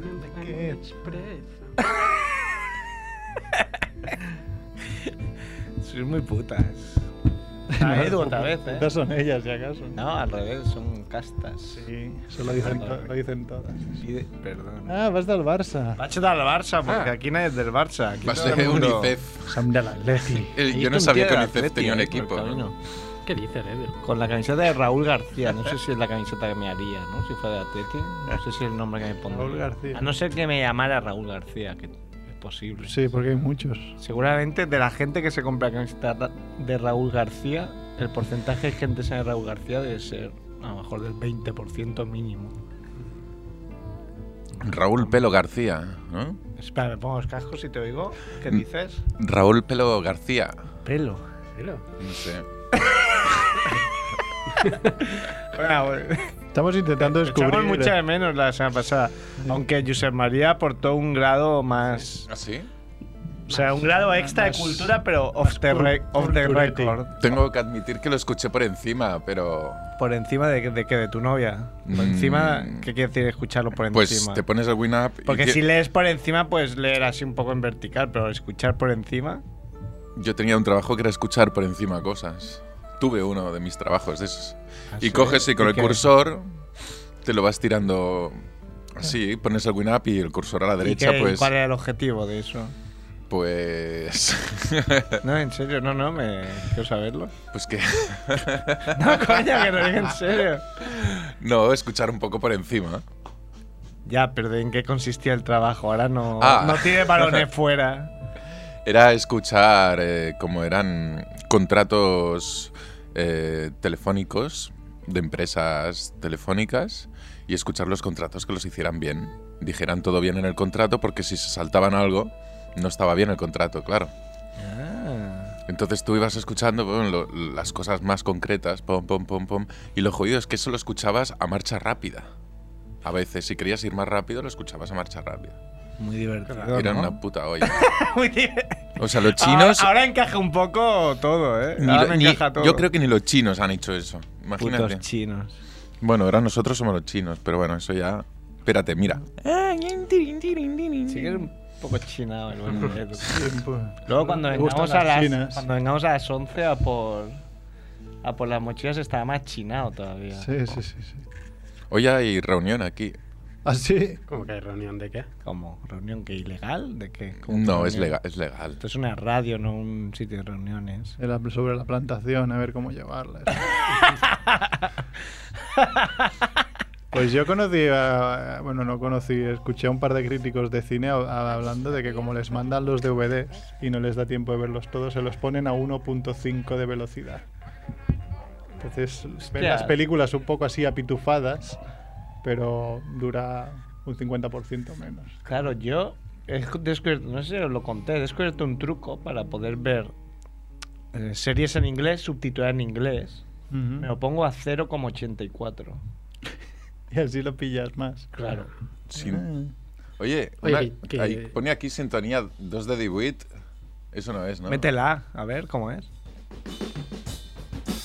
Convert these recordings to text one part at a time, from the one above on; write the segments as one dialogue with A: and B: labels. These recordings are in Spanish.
A: Mm. expreso.
B: ¿Qué? Expreso.
A: Son muy putas. A Edu otra vez, ¿eh?
B: Putas son ellas, si acaso.
A: No, al revés, son castas.
B: Sí, eso lo dicen, to-
A: Perdón.
B: lo dicen todas.
A: Sí, de- Perdón.
B: Ah, vas del Barça.
A: Macho del Barça, porque
C: Ah.
A: aquí nadie es del Barça. Aquí
C: Va a
A: todo el
C: ser
A: mundo-
C: UNICEF.
B: Son del Atleti.
C: Eh,
A: Ahí
C: yo no
A: está un
C: sabía
A: tío
C: que
A: del
C: UNICEF
A: Atleti,
C: tenía un
A: eh, por el
C: equipo.
A: camino.
D: ¿Qué dices, Edu?
A: Con la camiseta de Raúl García. No sé si es la camiseta que me haría, ¿no? Si fuera de Atleti. No sé si es el nombre que me pondría.
B: Raúl García.
A: A no ser que me llamara Raúl García, que es posible.
B: Sí, porque hay muchos.
A: Seguramente de la gente que se compra camiseta ra- de Raúl García, el porcentaje de gente que sabe Raúl García debe ser a lo mejor del 20% mínimo.
C: Raúl Pelo García, ¿no?
A: Espera, me pongo los cascos y te oigo. ¿Qué
C: Mm.
A: dices?
C: Raúl Pelo García.
A: Pelo.
C: No sé.
A: Bueno, bueno.
B: Estamos intentando descubrir. eh,
A: Echamos mucho de menos la semana pasada. Aunque Josep María aportó un grado más.
C: ¿Ah, sí?
A: O sea, un grado extra de cultura, pero off the, re- off the
B: culturete.
A: record.
C: Tengo que admitir que lo escuché por encima, pero.
A: Por encima de, de que de tu novia. Por encima,
C: Mm.
A: ¿qué quiere decir escucharlo por
C: Pues
A: encima?
C: te pones el WinUp. y
A: Porque
C: que-
A: si lees por encima, pues leer así un poco en vertical, pero escuchar por encima.
C: Yo tenía un trabajo que era escuchar por encima cosas. Tuve uno de mis trabajos de esos. y
A: Ah, sí.
C: coges y con
A: ¿Y
C: el
A: qué?
C: cursor te lo vas tirando así, pones el WinUp y el cursor a la
A: Ah. ¿Y
C: derecha,
A: qué-
C: pues.
A: ¿Cuál era el objetivo de eso?
C: Pues.
A: No, en serio, no, no, me quiero saberlo.
C: pues que.
A: No, coño, que no digo en serio.
C: no, escuchar un poco por encima.
A: Ya, pero ¿en qué consistía el trabajo? Ahora no,
C: Ah.
A: no tiene balones fuera.
C: Era escuchar eh, como eran contratos eh, telefónicos de empresas telefónicas y escuchar los contratos que los hicieran bien. Dijeran todo bien en el contrato porque si se saltaban algo, no estaba bien el contrato, claro. Entonces tú ibas escuchando pum, lo- las cosas más concretas, pom, pom, pom, pom, y lo jodido es que eso lo escuchabas a marcha rápida. A veces, si querías ir más rápido, lo escuchabas a marcha rápida.
A: Muy divertido.
C: Era
A: ¿no?
C: una puta olla.
A: Muy divertido.
C: O sea, los chinos...
A: Ahora, ahora encaja un poco todo, ¿eh?
C: Ni
A: ahora
C: lo-
A: me
C: ni-
A: encaja todo.
C: yo creo que ni los chinos han hecho eso. Imagínate.
A: Putos chinos.
C: Bueno, ahora nosotros somos los chinos, pero bueno, eso ya. Espérate, mira.
A: Sí que es un poco chinado el buen Edu.
B: Tiempo.
A: Luego cuando
B: Me gustan
A: vengamos, a
B: las
A: las,
B: chinas.
D: Cuando vengamos a las 11 a por, a por las mochilas estará más chinado todavía.
B: Sí, sí, sí. sí.
C: Hoy hay reunión aquí.
B: Así.
E: ¿Cómo que hay reunión de qué?
A: ¿Cómo? ¿Reunión que ilegal? ¿De qué? ¿Cómo
C: No,
A: reunión?
C: es legal, es legal.
A: Esto es una radio, no un sitio de reuniones.
B: de la- sobre la plantación, a ver cómo llevarla. Pues yo conocí, a- bueno, no conocí, escuché a un par de críticos de cine a- a- hablando de que como les mandan los DVDs y no les da tiempo de verlos todos, se los ponen a 1.5 de velocidad. Entonces ven las películas un poco así apitufadas, pero dura un 50% menos.
D: Claro, yo he descubierto, no sé si os lo conté, he descubierto un truco para poder ver eh, series en inglés, subtituladas en inglés. Me lo pongo a 0,84.
B: Y así lo pillas más.
D: Claro.
A: Ah.
C: Sin- Oye,
E: Oye,
C: una-
E: que- que-
C: ahí, pone aquí sintonía 2 de Dewitt. Eso no es, ¿no?
A: Métela, a ver cómo es.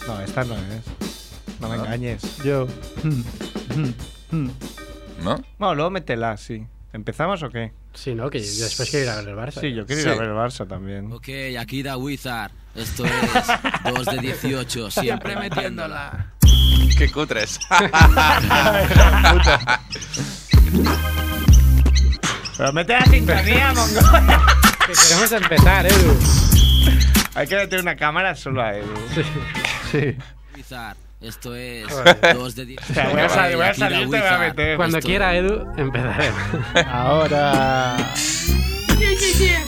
A: No, esta no es. No me
C: ¿No?
A: engañes.
B: Yo... mm, mm, mm.
C: ¿No?
A: Bueno, luego métela, sí. ¿Empezamos o qué?
E: Sí, ¿no? Que después quiero ir a ver el Barça.
A: Sí, yo quiero
C: Sí.
A: ir a ver el Barça también.
F: Ok, aquí da Wizard. Esto es 2 de 18, siempre metiéndola.
C: ¡Qué cutres!
A: ¡Pero mete la sintonía, mongol!
E: Que queremos empezar, Edu.
A: Hay que meter una cámara solo a Edu.
B: Sí.
F: Wizard. Esto es
E: Joder.
F: 2 de 18.
A: sea, voy a salir- voy a salir, te voy a meter.
E: Cuando
F: Esto-
E: quiera, Edu, empezaremos.
B: Ahora...
G: Yeah, yeah, yeah.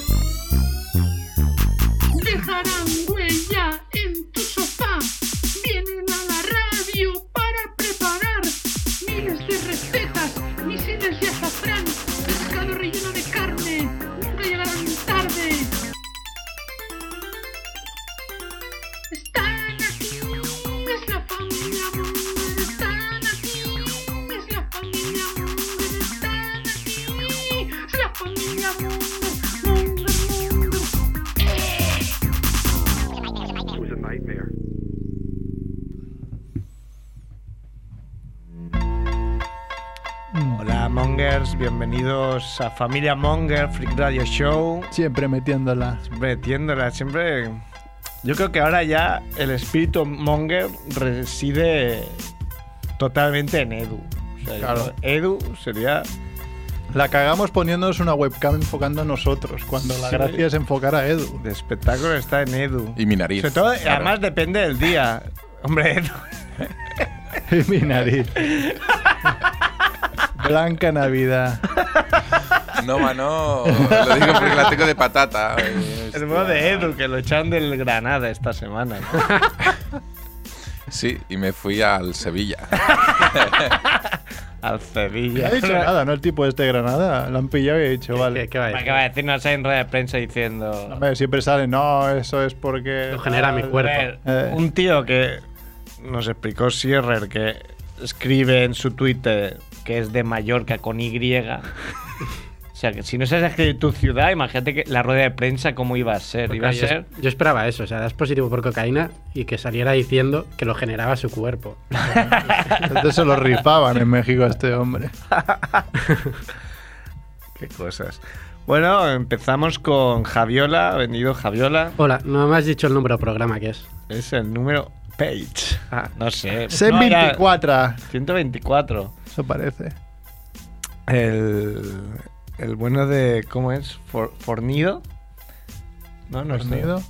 G: Dejarán huella en tu sofá. Vienen a la radio para preparar miles de recetas, misiles de azafrán, pescado relleno de carne. Nunca llegarán tarde. Están aquí, es la familia Munger. Están aquí, es la familia Munger. Están aquí, es la familia Munger. Munger, Munger.
A: Mongers, bienvenidos a Familia Monger, Freak Radio Show.
B: Siempre metiéndola.
A: Siempre tiéndola, siempre. Yo creo que ahora ya el espíritu Monger reside totalmente en Edu. O sea,
B: Claro.
A: yo- Edu sería.
B: La cagamos poniéndonos una webcam enfocando a nosotros, cuando la
A: Sí.
B: gracia es enfocar a Edu.
A: De espectáculo está en Edu.
C: Y mi nariz.
A: Sobre todo,
C: claro.
A: además depende del día. Hombre, Edu.
B: Y mi nariz. Blanca Navidad.
C: No, mano. Lo digo porque la tengo de patata. Eh,
A: El modo de Edu, que lo echaron del Granada esta semana. ¿no?
C: Sí, y me fui al Sevilla.
A: Al
B: No
A: Sevilla.
B: ha dicho
A: ¿Para
B: nada, ¿no? El tipo este de Granada. Lo han pillado y ha dicho,
E: ¿Qué,
B: vale.
E: qué va eh. a
A: qué
E: decir?
A: va a decirnos en rueda de prensa diciendo.
B: Hombre, siempre sale, no, eso es porque.
E: Lo genera mi cuerpo.
A: Ver,
B: Eh.
A: Un tío que nos explicó Sierrer que escribe en su Twitter que es de Mallorca con Y. O sea, que si no sabes escribir tu ciudad, imagínate que la rueda de prensa cómo iba a ser. Iba a
E: Yo-
A: ser.
E: Yo, esperaba eso, o sea, das positivo por cocaína y que saliera diciendo que lo generaba su cuerpo.
B: Entonces se lo rifaban en México a este hombre.
A: Qué cosas. Bueno, empezamos con Javiola. Ha venido Javiola.
E: Hola, no me has dicho el número de programa que es.
A: Es el número Page. Ah, no sé. No, era
B: 124,
A: 124.
B: eso parece.
A: El, el bueno de. ¿Cómo es? For- fornido. No, no es
B: Unido.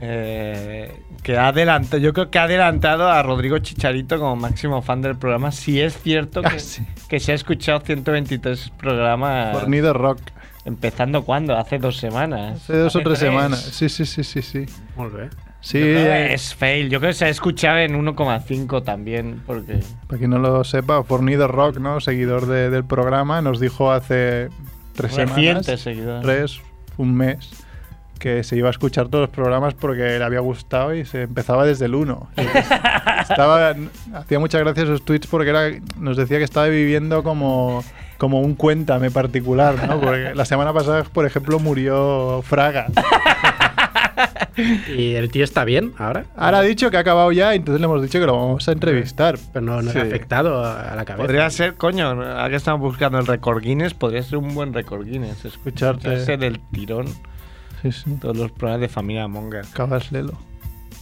A: Eh, que ha adelantado, yo creo que ha adelantado a Rodrigo Chicharito como máximo fan del programa. Si es cierto que,
B: Ah, sí.
A: que se ha escuchado 123 programas.
B: Fornido Rock.
A: ¿Empezando cuándo? Hace dos semanas.
B: Hace dos o tres
A: tres.
B: semanas. Sí, sí, sí, sí, sí.
E: Molt bé.
B: Sí, eh,
A: Es fail. Yo creo que se ha escuchado en 1,5 también. Porque.
B: para quien no lo sepa, Fornido Rock, ¿no? Seguidor de- del programa, nos dijo hace tres
A: Reciente
B: semanas,
A: seguidor.
B: tres, un mes, que se iba a escuchar todos los programas porque le había gustado y se empezaba desde el uno. Estaba, hacía muchas gracias sus tweets porque era, nos decía que estaba viviendo como, como un cuéntame particular, ¿no? Porque la semana pasada, por ejemplo, murió Fraga.
E: ¿Y el tío está bien ahora?
B: Ahora ha dicho que ha acabado ya, entonces le hemos dicho que lo vamos a entrevistar.
E: Pero no, no le ha
B: Sí.
E: afectado a la cabeza.
A: Podría ser, coño, ahora que estamos buscando el récord Guinness, podría ser un buen récord Guinness.
B: Escucharte.
A: Escucharse del tirón
B: Sí, sí.
A: todos los programas de Familia Monga.
B: Acabas, Lelo.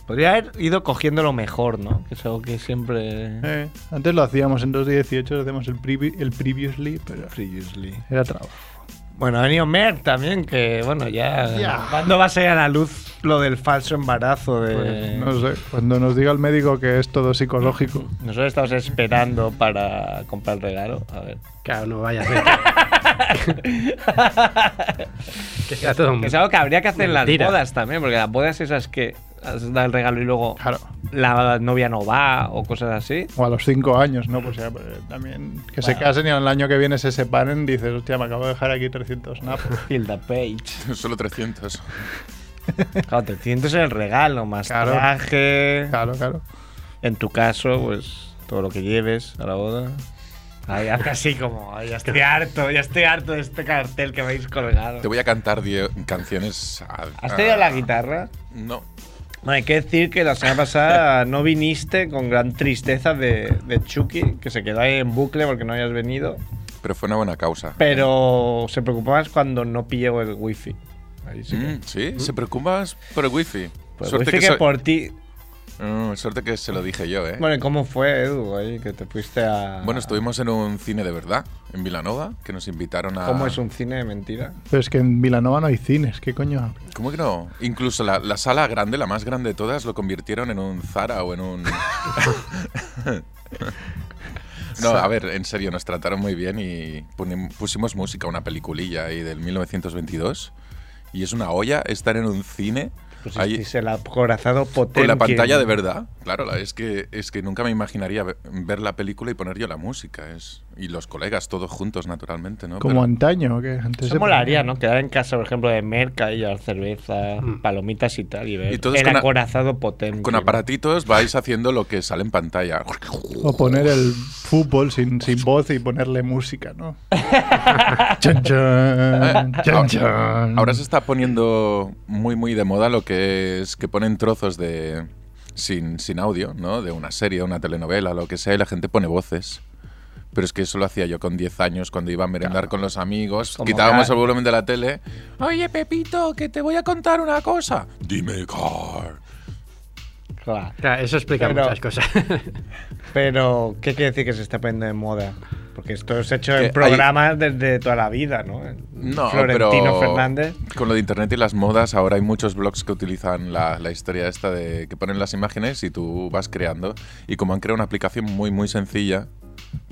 A: Podría haber ido cogiendo lo mejor, ¿no? Que es algo que siempre.
B: Eh, antes lo hacíamos en 2.18, hacemos el, previ- el previously, pero era trabajo.
A: Bueno, ha venido Merck también, que bueno, ya.
B: Ya.
A: ¿Cuándo va a salir a la luz lo del falso embarazo de.?
B: Pues, No sé, cuando nos diga el médico que es todo psicológico.
A: Nosotros estamos esperando para comprar el regalo. A ver.
E: Claro, no vaya a ser que, que sea todo un...
A: Que es algo que habría que hacer en las
E: Mentira.
A: bodas también, porque las bodas esas que has dado el regalo y luego
B: Claro.
A: la novia no va o cosas así.
B: O a los 5 años, ¿no? Pues ya, pues, también que se casen y al año que viene se separen, dices, hostia, me acabo de dejar aquí 300 napos.
A: Hilda Page.
C: Solo 300.
A: Claro, 300 es el regalo, más
B: Claro.
A: traje.
B: Claro, claro.
A: En tu caso, pues todo lo que lleves a la boda. Ay, hace así como, ay, ya estoy harto, ya estoy harto de este cartel que me habéis colgado.
C: Te voy a cantar 10 canciones. a-
A: ¿Has
C: a-
A: tenido la guitarra?
C: No.
A: Ah. Bueno, hay que decir que la semana pasada no viniste con gran tristeza de, de Chucky, que se quedó ahí en bucle porque no habías venido.
C: Pero fue una buena causa.
A: Pero se preocupaba más cuando no pillé el wifi. Ahí sí que-
C: Mm, sí, se preocupas por el wifi.
A: Pues
C: suerte,
A: wifi
C: que
A: que,
C: se...
A: por ti.
C: Mm, suerte que se lo dije yo, ¿eh? Bueno,
A: Bueno, ¿y cómo fue, Edu, ahí, que te fuiste a.
C: estuvimos en un cine de verdad, en Vilanova, que nos invitaron a...
A: ¿Cómo es un cine de mentira?
B: Pero es que en Vilanova no hay cines, ¿qué coño?
C: ¿Cómo que no? Incluso la, la sala grande, la más grande de todas, lo convirtieron en un Zara o en un... no, a ver, en serio, nos trataron muy bien y punim- pusimos música, una peliculilla ahí del 1922. Y es una olla estar en un cine... ahí-
A: Pusisteis el acorazado potente.
C: Con la pantalla de verdad, claro, la- es que es que nunca me imaginaría ve- ver la película y poner yo la música, es y los colegas todos juntos naturalmente, ¿no?
B: Como
C: Pero-
B: antaño, que antes...
A: Eso
B: se-
A: molaría, ¿no? Quedar en casa, por ejemplo, de merca y llevar cerveza,
E: Mm.
A: palomitas y tal, y ver
C: Y todos
A: el
C: con a-
A: acorazado potente.
C: con aparatitos vais haciendo lo que sale en pantalla.
B: O poner el fútbol sin, sin voz y ponerle música, ¿no? chan, chan, chan, chan.
C: Ahora se está poniendo muy muy de moda lo que es que ponen trozos de sin, sin audio, ¿no? De una serie, una telenovela, lo que sea, y la gente pone voces. Pero es que eso lo hacía yo con 10 años, cuando iba a merendar con los amigos.
H: Como
C: Quitábamos
H: Car.
C: el volumen de la tele. Oye, Pepito, que te voy a contar una cosa. Dime, Car.
A: Claro.
E: Claro, eso explica
A: Pero-
E: muchas cosas.
A: Pero, ¿qué quiere decir que se está poniendo de moda? Porque esto es hecho
C: Que hay-
A: en programas desde toda la vida, ¿no?
C: No,
A: Florentino
C: pero
A: Fernández.
C: Con lo de internet y las modas, ahora hay muchos blogs que utilizan la, la historia esta de que ponen las imágenes y tú vas creando. Y como han creado una aplicación muy, muy sencilla,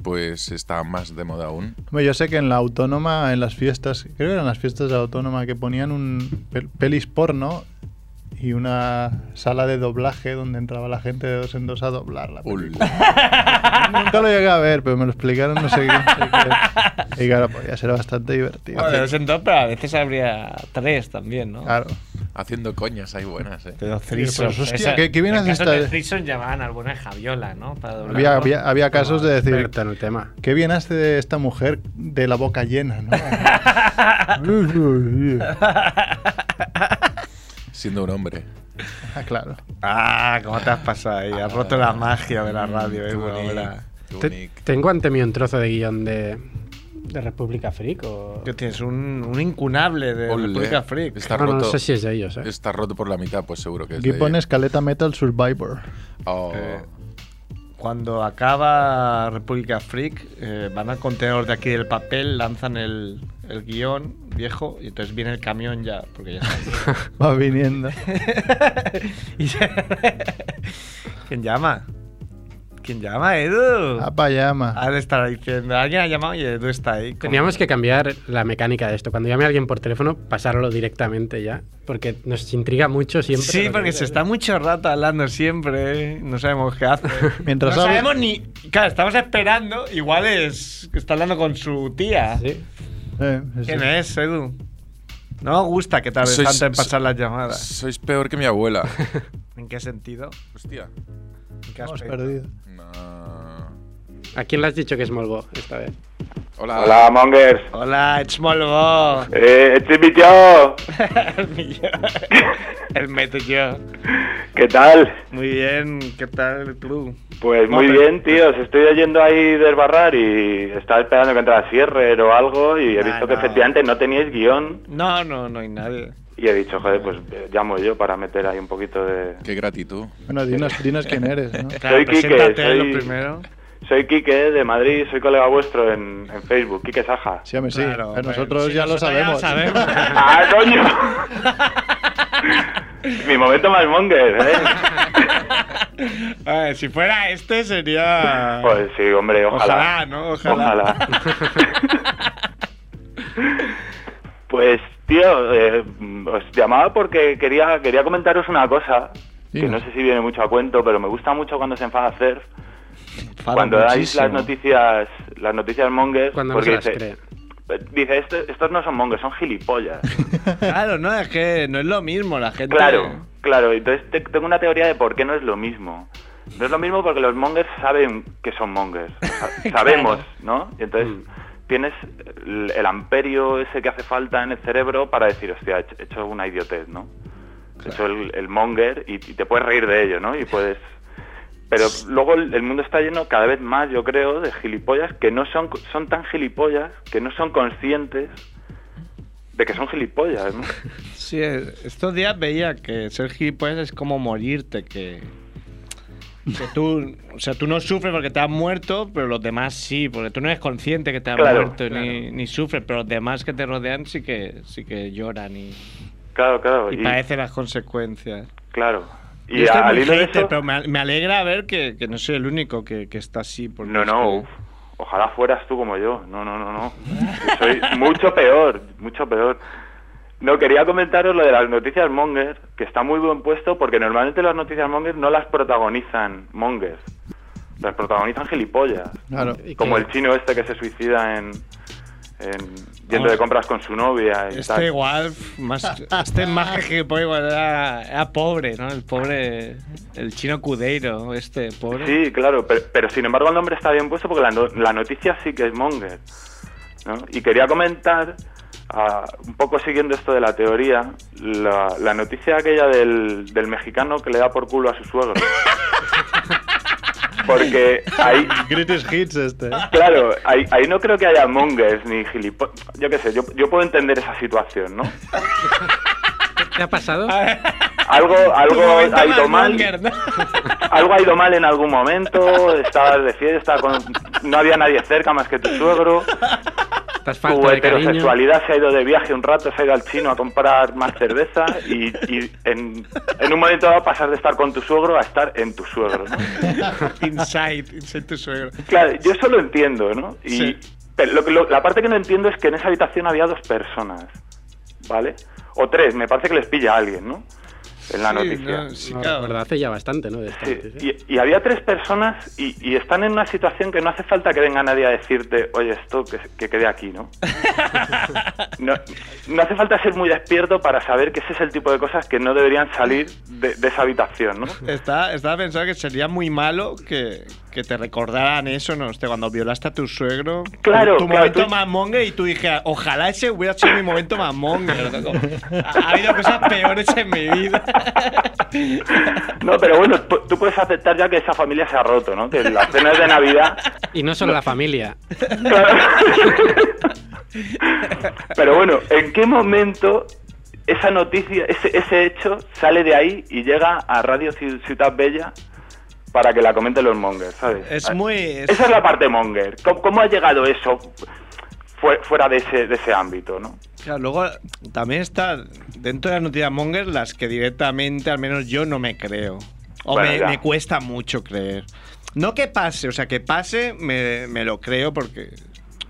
C: pues está más de moda aún.
B: Hombre, yo sé que en la autónoma, en las fiestas, creo que eran las fiestas de la autónoma, que ponían un pel- pelis porno y una sala de doblaje donde entraba la gente de dos en dos a doblar la peli.
C: Ula.
B: Nunca lo llegué a ver, pero me lo explicaron, no sé qué. no sé qué. Y claro, podía ser bastante divertido.
A: Bueno, de dos en dos, pero a veces habría tres también, ¿no?
B: Claro.
C: Haciendo coñas hay buenas, ¿eh?
A: De dos
B: Pero, hostia, ¿qué- qué bien
A: en
B: hace
A: caso
B: esta-
A: de Threeson llamaban al bueno de Javiola, ¿no? Para doblar.
B: Había, había, había casos de decir,
E: Experto en el tema.
B: qué bien hace esta mujer de la boca llena, ¿no? Ah,
C: Siendo un hombre.
B: Ah, claro.
A: Ah, ¿cómo te has pasado ahí? Has roto la magia de la radio, eh,
C: Tú,
A: bueno,
C: Nick,
A: ahora.
C: tú,
E: Te-
C: Nick.
E: tengo ante mí un trozo de guión de, de República Freak o...
A: Que tienes un, un incunable de
C: Ole.
A: República Freak.
C: Está
E: No, no,
C: roto.
E: no sé si es de ellos, ¿eh?
C: Está roto por la mitad, pues seguro que es.
B: Aquí
C: de-
B: pone escaleta metal survivor.
C: Oh,
A: Eh, Cuando acaba República Freak, eh, van al contenedor de aquí del papel, lanzan el, el guión viejo y entonces viene el camión ya, porque ya está.
B: Va viniendo.
A: Y se- ¿Quién llama? ¿Quién llama, Edu?
B: Apa llama.
A: Ha de estar diciendo, alguien ha llamado y Edu está ahí. con-
E: Teníamos que cambiar la mecánica de esto. Cuando llame a alguien por teléfono, pasarlo directamente ya. Porque nos intriga mucho siempre.
A: Sí,
E: lo que-
A: porque se está mucho rato hablando siempre, no sabemos qué hace.
B: Mientras
A: no
B: hable-
A: sabemos ni... Claro, estamos esperando, igual es que está hablando con su tía.
E: Sí.
B: Eh, sí, sí.
A: ¿Quién es, Edu? No me gusta que tardes
C: Sois-
A: tanto en pasar
C: sois-
A: las llamadas.
C: sois peor que mi abuela.
A: ¿En qué sentido?
C: Hostia.
A: ¿En qué
B: Hemos
A: aspecto?
B: perdido.
C: No.
E: ¿A quién le has dicho que es Molbo esta vez?
C: Hola.
I: Hola, Mongers.
A: Hola, it's Molbo.
I: Eh, Chimichao.
A: el mete yo.
I: ¿Qué tal?
A: Muy bien, ¿qué tal el club?
I: Pues muy
A: Hombre.
I: bien, tío. Os estoy oyendo ahí desbarrar y estaba esperando que entrara Sierrer o algo y he
A: Ah,
I: visto que
A: no.
I: efectivamente no teníais guión
A: No, no, no hay nadie.
I: y he dicho, joder, pues eh, llamo yo para meter ahí un poquito de...
C: Qué gratitud.
B: Bueno, dinos, dinos quién eres, ¿no?
A: Claro,
I: Soy Quique,
A: preséntate
I: soy-
A: lo primero.
I: Soy Quique eh, de Madrid, soy colega vuestro en, en Facebook, Quique Saja.
B: Sí, hombre, sí.
A: Claro,
B: Pero
A: hombre,
B: nosotros
A: sí,
B: ya lo
A: nosotros
B: sabemos.
I: ¡Ah, coño! Mi momento más Monger, ¿eh?
A: A ver, si fuera este sería...
I: Pues sí, hombre,
A: Ojalá, ¿no? Ojalá.
I: Pues, tío, eh, mm, os llamaba porque quería, quería comentaros una cosa, que no sé si viene mucho a cuento, pero me gusta mucho cuando se enfada Cerf,
A: Enfada
I: cuando dais las
A: muchísimo.
I: noticias, las noticias mongers,
E: Cuando no
I: porque
E: se las
I: dice, eh,
E: cree.
I: dice, "Esto- estos no son mongers, son gilipollas.
A: Claro, no, es que no es lo mismo la gente.
I: Claro, claro. Entonces te- tengo una teoría de por qué no es lo mismo. No es lo mismo porque los mongers saben que son mongers. O sea, Sabemos, ¿no? Y entonces tienes el, el amperio ese que hace falta en el cerebro para decir, hostia, he hecho- he hecho una idiotez, ¿no? He hecho el, el monger y, y te puedes reír de ello, ¿no? Y puedes... Pero luego el el mundo está lleno cada vez más, yo creo, de gilipollas que no son, son tan gilipollas, que no son conscientes de que son gilipollas, ¿no?
A: Sí, eh, estos días veía que ser gilipollas es como morirte, que, que tú, o sea, tú no sufres porque te has muerto, pero los demás sí, porque tú no eres consciente que te has
I: Claro,
A: muerto Ni, ni sufres, pero los demás que te rodean sí que sí que lloran y,
I: Claro, claro.
A: y padecen las consecuencias.
I: Claro. Y
A: Yo estoy
I: al
A: muy
I: hilo de
A: hater,
I: eso-
A: pero me, al- me alegra ver que, que no soy el único que, que está así. porque este-
I: No,
A: es
I: no.
A: que-
I: uf. Ojalá fueras tú como yo. No, no, no, no. Yo Soy mucho peor, mucho peor. No, quería comentaros lo de las noticias Monger, que está muy buen puesto porque normalmente las noticias Monger no las protagonizan Mongers. Las protagonizan gilipollas.
B: Claro.
E: ¿Y
I: Como
E: qué?
I: el chino este que se suicida en, en yendo
A: Ah.
I: de compras con su novia y
A: Este
I: tal.
A: igual, f- más, este más que gilipollas igual era, era pobre, ¿no? El pobre, el chino Cudeiro, este pobre.
I: Sí, claro, pero, pero sin embargo el nombre está bien puesto porque la, no- la noticia sí que es Monger. ¿no? Y quería comentar, ah, un poco siguiendo esto de la teoría, la, la noticia aquella del, del mexicano que le da por culo a su suegro. Porque ahí,
B: Greatest hits este. ¿eh?
I: Claro, ahí, ahí no creo que haya mongers ni gilipollas. Yo qué sé, yo, yo puedo entender esa situación, ¿no?
E: ¿Te ha pasado?
A: Ah,
I: Algo, algo
A: momento
I: ha ido
A: más
I: mal.
A: Bunker, ¿no?
I: Algo ha ido mal en algún momento. Estabas de fiesta, con, no había nadie cerca más que tu suegro.
E: ¿Te has
I: Tu
E: falta de cariño?
I: heterosexualidad se ha ido de viaje un rato, se ha ido al chino a comprar más cerveza y, y en, en un momento dado pasar de estar con tu suegro a estar en tu suegro, ¿no?
A: Inside, inside tu suegro.
I: Claro, yo eso lo entiendo, ¿no? Y,
A: Sí.
I: pero lo que- lo- la parte que no entiendo es que en esa habitación había dos personas, ¿vale? O tres, me parece que les pilla a alguien, ¿no? En la
A: Sí,
I: noticia.
A: no, sí,
E: No,
A: claro.
E: recuerdo, hace ya bastante, ¿no? De esto, ¿eh?
I: Sí,
E: sí, sí.
I: y, y había tres personas y, y están en una situación que no hace falta que venga nadie a decirte, oye, esto que, que quede aquí, ¿no? ¿no? no hace falta ser muy despierto para saber que ese es el tipo de cosas que no deberían salir de, de esa habitación, ¿no?
A: Estaba, estaba pensando que sería muy malo que, que te recordaran eso, ¿no? Hostia, cuando violaste a tu suegro.
I: Claro,
A: Tu
I: claro,
A: momento
I: tú-
A: más monger y tú dijeras, ojalá ese hubiera sido mi momento más monger. ¿no? Como, ha habido cosas peores en mi vida.
I: No, pero bueno, tú tú puedes aceptar ya que esa familia se ha roto, ¿no? Que las cenas de Navidad.
E: Y no solo la familia.
I: Claro. Pero bueno, ¿en qué momento esa noticia, ese, ese hecho sale de ahí y llega a Radio Ci- Ciudad Bella para que la comenten los mongers, ¿sabes?
A: Es muy. es-
I: Esa es la parte monger. ¿Cómo, cómo ha llegado eso fue- fuera de ese, de ese ámbito, no?
A: Claro, luego también está dentro de las noticias monger las que directamente, al menos yo no me creo. O
I: Bueno,
A: me,
I: ya.
A: me cuesta mucho creer. No que pase, o sea, que pase me, me lo creo porque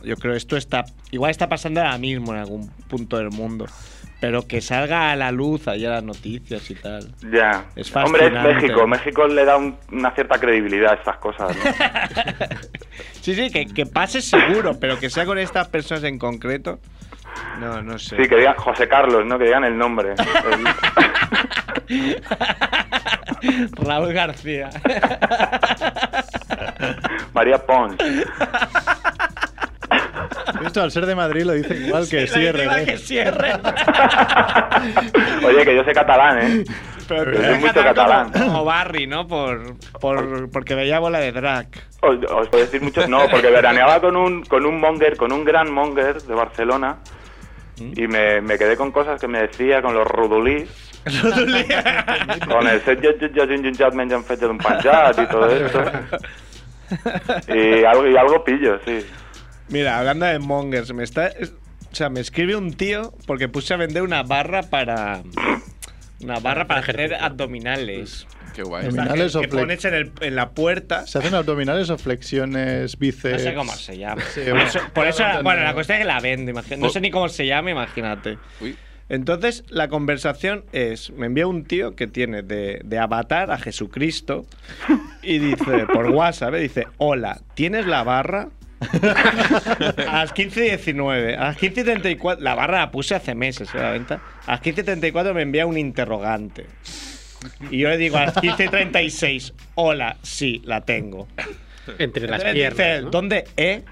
A: yo creo esto está. Igual está pasando ahora mismo en algún punto del mundo. Pero que salga a la luz allá las noticias y tal.
I: Ya.
A: Es
I: Hombre, es
A: fascinante.
I: México. México le da un- una cierta credibilidad a estas cosas, ¿no?
A: Sí, sí, que, que pase seguro, pero que sea con estas personas en concreto. No, no sé.
I: Sí, que digan José Carlos, ¿no? Que digan el nombre. El-
A: Raúl García.
I: María Pons.
B: Esto al ser de Madrid lo dice igual que cierre. ¿eh?
A: que cierre.
I: Oye, que yo sé catalán, ¿eh?
A: Pero
I: Pero
A: que
I: soy
A: era
I: mucho catalán.
A: Como, como Barry, ¿no? Por, por, porque veía bola de drag.
I: Os, os puedo decir mucho. No, porque veraneaba con un, con un monger, con un gran monger de Barcelona. Y me, me quedé con cosas que me decía, con los rudulís, con el set jet, jet, jet, jet, jet, jet, men, jen, fet, jet, un panjat y todo esto. Y algo, y algo pillo, sí.
A: Mira, hablando de mongers, me está. es- O sea, me escribe un tío porque puse a vender una barra para. Una barra para hacer abdominales.
C: Qué guay.
B: Abdominales o
A: que
B: flex-
A: pones en, el, en la puerta.
B: ¿eh? ¿Se hacen abdominales o flexiones,
J: No
B: bíceps?
J: sé cómo se llama.
B: Sí,
J: por
B: bueno.
J: eso, por eso-
B: Claro,
J: bueno, la
B: entiendo.
J: cuestión es que la vendo, imagínate. No sé ni cómo se llama, imagínate.
C: Uy,
A: Entonces, la conversación es: me envía un tío que tiene de, de avatar a Jesucristo y dice, por WhatsApp, ¿eh? dice: Hola, ¿tienes la barra? a las 15 y 19, a las 15 y 34, la barra la puse hace meses ¿eh? la venta. A las 15 y 34 me envía un interrogante. Y yo le digo a las 15 y 36, hola, sí, la tengo.
E: Entre las
A: Entonces dice,
E: piernas. ¿no?
A: ¿dónde E?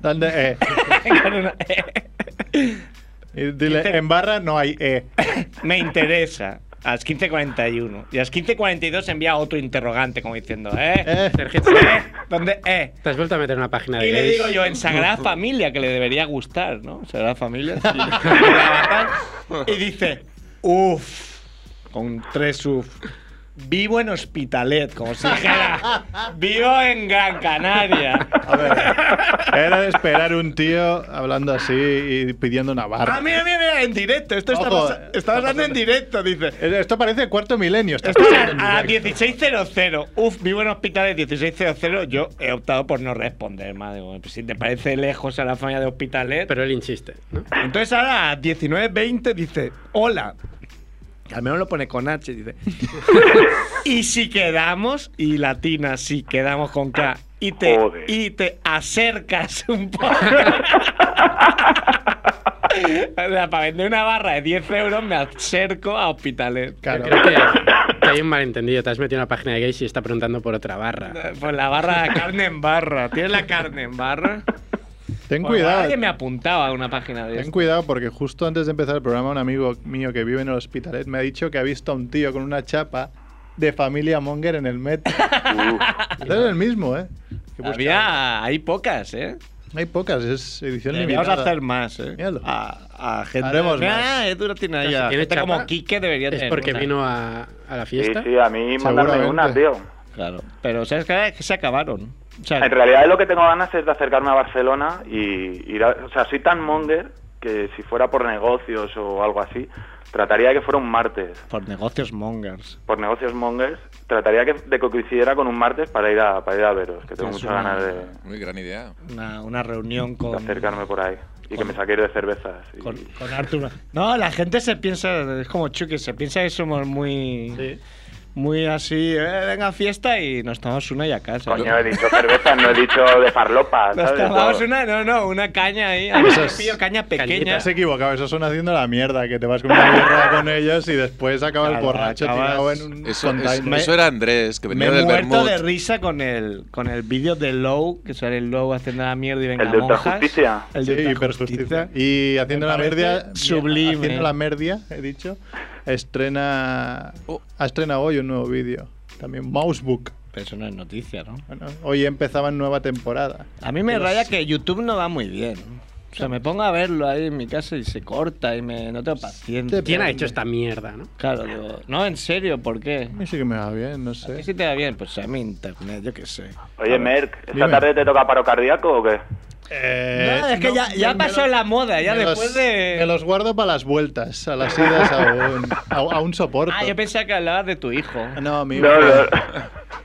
B: ¿Dónde? Eh.
A: Con una E.
B: Y Dile, en barra no hay E.
A: Me interesa. A las 15.41. Y a las 15.42 envía otro interrogante, como diciendo, ¿eh?
B: Eh.
E: Sergio,
A: ¿Eh? ¿Dónde? ¿Eh?
E: te has vuelto a meter una página de
A: Y le
E: gays.
A: digo yo, en Sagrada Familia, que le debería gustar, ¿no? Sagrada Familia. sí. y dice, uff, con tres uff. Vivo en Hospitalet, como si dijera. Vivo en Gran Canaria.
B: A ver, era de esperar un tío hablando así y pidiendo una
A: Ah,
B: barra.
A: mira, mira, mira, en directo. Esto está,
B: Ojo,
A: pasa- está pasando en directo, dice.
B: Esto parece cuarto milenio. Está
A: Esto es
B: pasando
A: a, a
B: en directo.
A: 16.00. Uf, vivo en hospitales 16.00. Yo he optado por no responder, madre. mía. Pues Si te parece lejos a la familia de hospitales.
E: Pero él insiste, ¿no?
A: Entonces ahora a 19.20 dice: Hola. Que al menos lo pone con H, dice. y si quedamos, y latina, si quedamos con K, y te,
I: Joder.
A: y te acercas un poco. o sea, para vender una barra de 10 euros me acerco a hospitales.
E: Yo
B: Claro.
E: Creo que, que hay un malentendido. Te has metido en una página de gays y está preguntando por otra barra.
A: Pues la barra de carne en barra. ¿Tienes la carne en barra?
B: Ten
A: Pues
B: cuidado.
A: Alguien me apuntaba a una página de
B: Ten
A: eso.
B: cuidado porque justo antes de empezar el programa un amigo mío que vive en el hospitalet me ha dicho que ha visto a un tío con una chapa de familia Monger en el metro. Era el mismo, ¿eh? Que busca-
A: Había, hay pocas, ¿eh?
B: Hay pocas, es edición
A: Deberíamos
B: limitada.
A: hacer más, ¿eh?
B: Míralo.
A: A, a gente.
B: Haremos más.
A: Ah, Edu no tiene ahí.
E: Entonces,
A: a
E: si tiene
A: gente
E: chapa,
A: como Quique debería tener.
E: Es porque
A: una.
E: vino a, a la
I: Sí,
E: fiesta.
I: sí, a mí mandarme
B: Seguramente.
I: una, tío.
A: Claro. Pero ¿sabes qué? Que se acabaron. O sea,
I: En realidad lo que tengo ganas es de acercarme a Barcelona y ir a... O sea, soy tan monger que si fuera por negocios o algo así, trataría de que fuera un martes.
A: por negocios mongers.
I: Por negocios mongers, trataría que- de que coincidiera con un martes para ir a, para ir a veros, que tengo
A: Es
I: muchas
A: una-
I: ganas de,
C: Muy gran idea.
A: Una, una reunión
I: de
A: con.
I: acercarme por ahí y que
A: con-
I: me saquéis de cervezas. y-
A: Con, con Arturo. No, la gente se piensa, es como Chucky, se piensa que somos muy,
E: Sí.
A: muy así, eh, venga fiesta y nos tomamos una y a casa.
I: Coño, he dicho cervezas, no he dicho de farlopa,
A: Nos
I: ¿sabes?
A: tomamos
I: Yo-
A: una, no, no, una caña ahí. A mí me pillo caña pequeña.
E: cañitas.
B: Estás equivocado, esos son haciendo la mierda, que te vas con una guerra con ellos y después acabas
A: Claro,
B: borracho
A: acabas-
B: tirado en un
C: Eso, es-
B: container.
C: eso era Andrés, que
A: Me
C: venía
A: he
C: del
A: muerto de
C: Bermud.
A: risa con el, con el vídeo de Low, que sale el Low haciendo la mierda y venga
I: El de
A: monjas.
I: Ultrajusticia.
A: El
B: Sí,
A: de
B: hiperjusticia.
A: Ultrajusticia.
B: Y haciendo
A: Me
B: la
A: parece
B: merdia.
A: sublime.
B: Haciendo la merdia, he dicho. Estrena.
C: Oh.
B: Ha estrenado hoy un nuevo vídeo. También Mousebook.
A: Pero eso no es noticia, ¿no?
B: Bueno, hoy empezaban nueva temporada.
A: A mí me raya que YouTube no va muy bien. O sea, me pongo a verlo ahí en mi casa y se corta y me, no tengo paciencia.
E: ¿Quién ha hecho esta mierda, no?
A: Claro, digo, no, en serio, ¿por qué?
B: A mí sí que me va bien, no sé.
A: ¿Qué si te va bien? Pues a mí internet, yo qué sé.
I: Oye, Merck, ¿esta
B: Dime.
I: tarde te toca paro cardíaco o qué?
B: Eh,
A: no, es que ya, ya
B: me-
A: pasó
B: me lo-
A: la moda, ya
B: me los-
A: después de... Ah,
B: Me los guardo para las vueltas, a las idas a un, a, a un soporte.
A: Ah, yo pensaba que hablabas de tu hijo.
B: No, mi hijo,
I: No, no.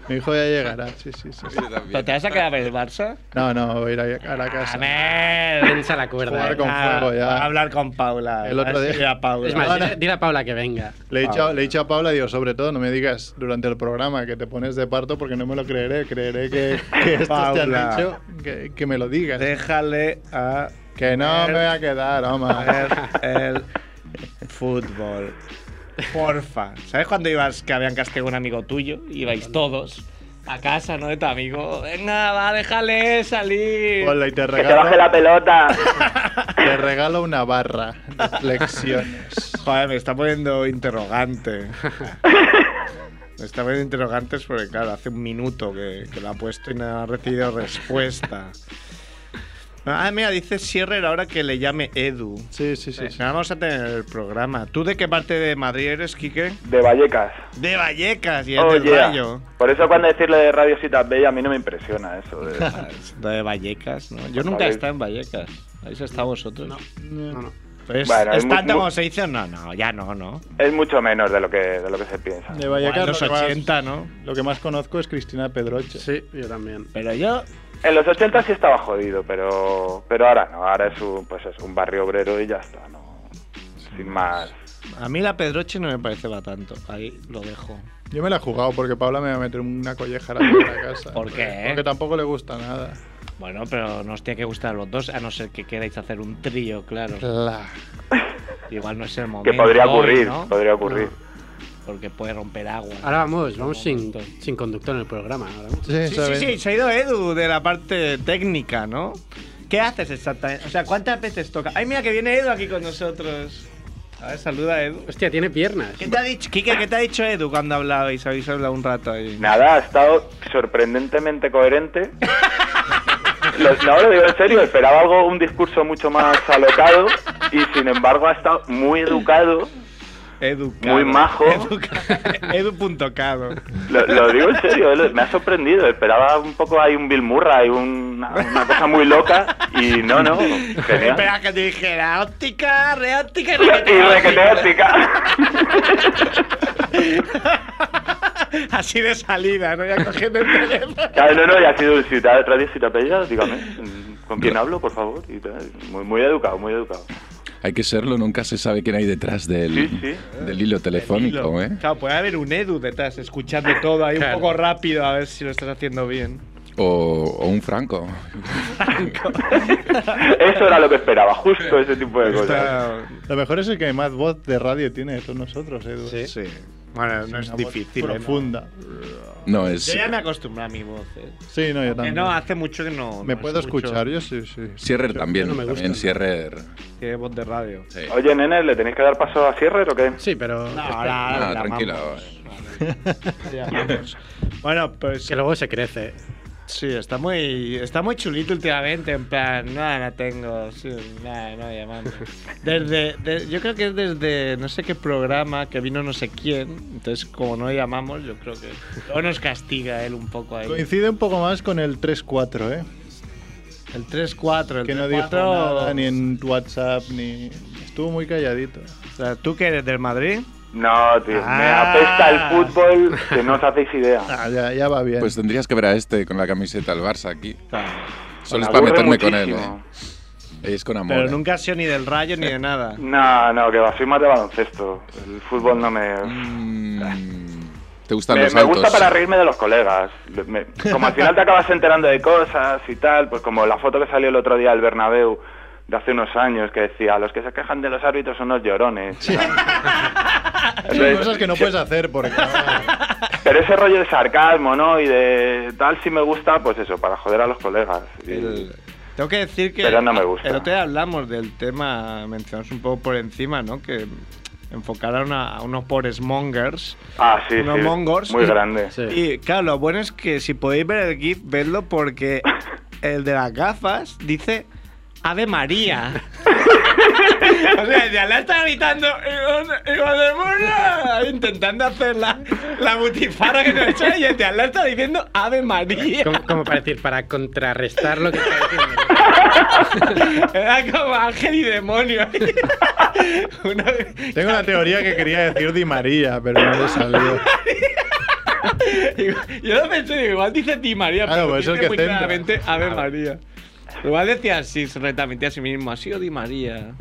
B: mi hijo ya llegará. Sí, sí, sí. sí.
A: ¿Pero te vas a quedar a ver el Barça?
B: No, no, voy a ir a, a la casa.
A: Ah, ¡Amén!
E: Piensa la cuerda.
B: Jugar
E: eh.
B: con
A: Ah,
B: fuego ya.
A: a hablar con Paula.
B: El otro
A: A ver
B: día-
A: si era Paula.
E: Es más,
B: no.
E: dile- dile a Paula que venga.
B: Le he, dicho, le he dicho a Paula, digo, sobre todo, no me digas durante el programa que te pones de parto porque no me lo creeré. Creeré que, que esto te
A: Paula.
B: han dicho, que, que me lo digas.
A: Déjale a
B: Que no
A: Ver.
B: me voy a quedar, hombre.
A: ver eh. el fútbol. Porfa. ¿Sabes cuando ibas que habían castigado a un amigo tuyo? Ibais todos a casa, ¿no? De tu amigo. Venga, va, déjale salir.
B: Hola, y te
I: ¡Que se baje
B: regalo,
I: la pelota!
B: te regalo una barra de flexiones.
A: Joder, me está poniendo interrogante. Me está poniendo interrogantes porque, claro, hace un minuto que, que lo ha puesto y no ha recibido respuesta. Ah, mira, dice Sierrer ahora que le llame Edu.
B: Sí, sí, sí.
A: Sí,
B: sí.
A: vamos a tener el programa. ¿Tú de qué parte de Madrid eres, Quique?
I: De Vallecas.
A: De Vallecas y es
I: Oh,
A: del
I: yeah.
A: Rayo.
I: Por eso cuando decirle de Radio Citas Bella a mí no me impresiona eso. de-
A: Ah, De Vallecas, ¿no? Yo
I: Pues
A: nunca he
I: vale.
A: estado en Vallecas. ¿Habéis estado vosotros? No.
E: No, no.
A: Pues,
I: Bueno, hay
A: ¿Están
I: mu-
A: como
I: mu-
A: se dice? No, no, ya no, ¿no?
I: Es mucho menos de lo que, de lo que se piensa.
B: De
A: En
B: Vallecas,
A: los
B: lo que más-
A: 80, ¿no?
B: Lo que más conozco es Cristina Pedroche.
E: Sí, yo también.
A: Pero yo
I: En los 80 sí estaba jodido, pero, pero ahora no. Ahora es un, pues es un barrio obrero y ya está. No, sin más.
A: A mí la Pedroche no me parece va tanto. Ahí lo dejo.
B: Yo me la he jugado porque Paula me va a meter una colleja ahora en la casa.
A: ¿Por qué?
B: Porque tampoco le gusta nada.
A: Bueno, pero nos tiene que gustar a los dos, a no ser que queráis hacer un trío, claro.
B: La-
A: Igual no es el momento.
I: Que podría
A: hoy,
I: ocurrir,
A: ¿no?
I: podría ocurrir.
A: Porque puede romper agua.
E: Ahora vamos, vamos sin, sin conductor en el programa. ahora vamos.
B: Sí,
A: sí, sí,
B: ¿sabes?
A: sí, se ha ido Edu de la parte técnica, ¿no? ¿Qué haces exactamente? O sea, ¿cuántas veces toca? Ay, mira que viene Edu aquí con nosotros. A ver, saluda Edu.
E: Hostia, tiene piernas.
A: ¿Qué te ha dicho, Kike, qué te ha dicho Edu cuando hablabais? Habéis hablado un rato ahí.
I: Nada, ha estado sorprendentemente coherente. Lo- no, lo digo en serio, esperaba algo, un discurso mucho más alocado y sin embargo ha estado muy educado.
A: Educado.
I: Muy majo.
A: Educa- Edu.cado.
I: Lo, lo digo en serio, eh, lo- me ha sorprendido. Esperaba un poco ahí un Bill Murray, una, una cosa muy loca y no, no, genial.
A: Espera que te dijera óptica, reóptica y
I: Y requetea
A: requetea.
I: chica.
A: Así de salida, ¿no? Ya cogiendo el teléfono.
I: Claro, no, no, ya ha sido el ciudad, Radio Citapella, dígame, ¿con quién hablo, por favor? Y tal. Muy, muy educado, muy educado.
C: Hay que serlo, nunca se sabe quién hay detrás del,
I: Sí,
C: del hilo telefónico, ¿eh?
A: Claro, puede haber un Edu detrás escuchando todo ahí un poco rápido a ver si lo estás haciendo bien.
C: O, o un franco.
I: Eso era lo que esperaba, justo ese tipo de cosas.
A: Está-
B: Lo mejor es el que más voz de radio tiene, son nosotros, eh, Edu.
A: Sí.
K: Bueno, no es
B: Una voz
K: difícil. ¿eh?
B: Profunda.
C: No es.
A: Yo ya me acostumbré a mi voz. eh.
B: Sí, no, yo
A: Que
B: también.
A: no, hace mucho que no.
B: ¿Me
A: no
B: puedo
A: escucho.
B: escuchar? Yo sí, sí.
C: Sierrer también.
E: no me gusta.
C: también Sierrer.
K: Tiene voz de radio.
C: sí.
I: Oye, nene, ¿le tenéis que dar paso a Sierrer o qué?
E: Sí, pero
A: No,
E: espera,
A: ahora, ahora
C: Ah,
A: la
C: tranquila.
A: amamos.
C: vale.
K: Bueno, pues
E: que luego se crece.
A: Sí, está muy, está muy chulito últimamente, en plan, nada, no tengo, sí, nada, no llamando. Desde, de- yo creo que es desde no sé qué programa que vino no sé quién, entonces como no llamamos, yo creo que o nos castiga él un poco ahí.
B: Coincide un poco más con el 3-4, ¿eh?
A: El 3-4, el
B: que no dijo
A: 3-4,
B: nada, ni en WhatsApp, ni. Estuvo muy calladito.
A: o sea, tú que eres del Madrid,
I: No, tío, me
A: Ah.
I: apesta el fútbol que no os hacéis idea.
B: Ah, ya, ya va bien.
C: Pues tendrías que ver a este con la camiseta del Barça aquí. Solo
I: Me
C: es para
I: aburre
C: meterme con él.
I: muchísimo.
C: ¿eh? Es con amor.
A: pero
C: ¿eh?
A: nunca has sido ni del Rayo ni de nada.
I: No, no, que va, soy más de baloncesto. El fútbol no me...
C: Mm, ¿Te gustan
I: Me,
C: los
I: me
C: autos?
I: gusta para reírme de los colegas. Me- como al final te acabas enterando de cosas y tal, pues como la foto que salió el otro día del Bernabéu de hace unos años que decía, los que se quejan de los árbitros son unos llorones.
B: Son
I: Entonces,
B: cosas que no puedes hacer porque.
I: Pero ese rollo de sarcasmo, ¿no? Y de tal, si me gusta, pues eso, para joder a los colegas. Y-
A: El- tengo que decir que
I: Pero no me gusta.
A: el otro día hablamos del tema, mencionamos un poco por encima, ¿no? Que enfocaron a, a unos pobres mongers.
I: Ah, sí,
A: Unos
I: sí.
A: mongers.
I: Muy grande.
E: Sí.
A: Y claro, lo bueno es que si podéis ver el GIF, vedlo porque el de las gafas dice Ave María. o sea, ya la está gritando Hijo de mona", intentando hacer la, la butifara que nos echa y el de al lado está diciendo Ave María.
E: Como, como para decir, para contrarrestar lo que está diciendo.
A: Era como ángel y demonio. Una-
B: Tengo una teoría que quería decir Di María, pero no le salió.
A: Yo lo pensé, digo, igual dice Di María,
B: Claro,
A: pero
B: pues es
A: dice
B: el que
A: muy
B: centra.
A: claramente Ave María. Igual decía así, retamente a sí mismo, ha sido Di María.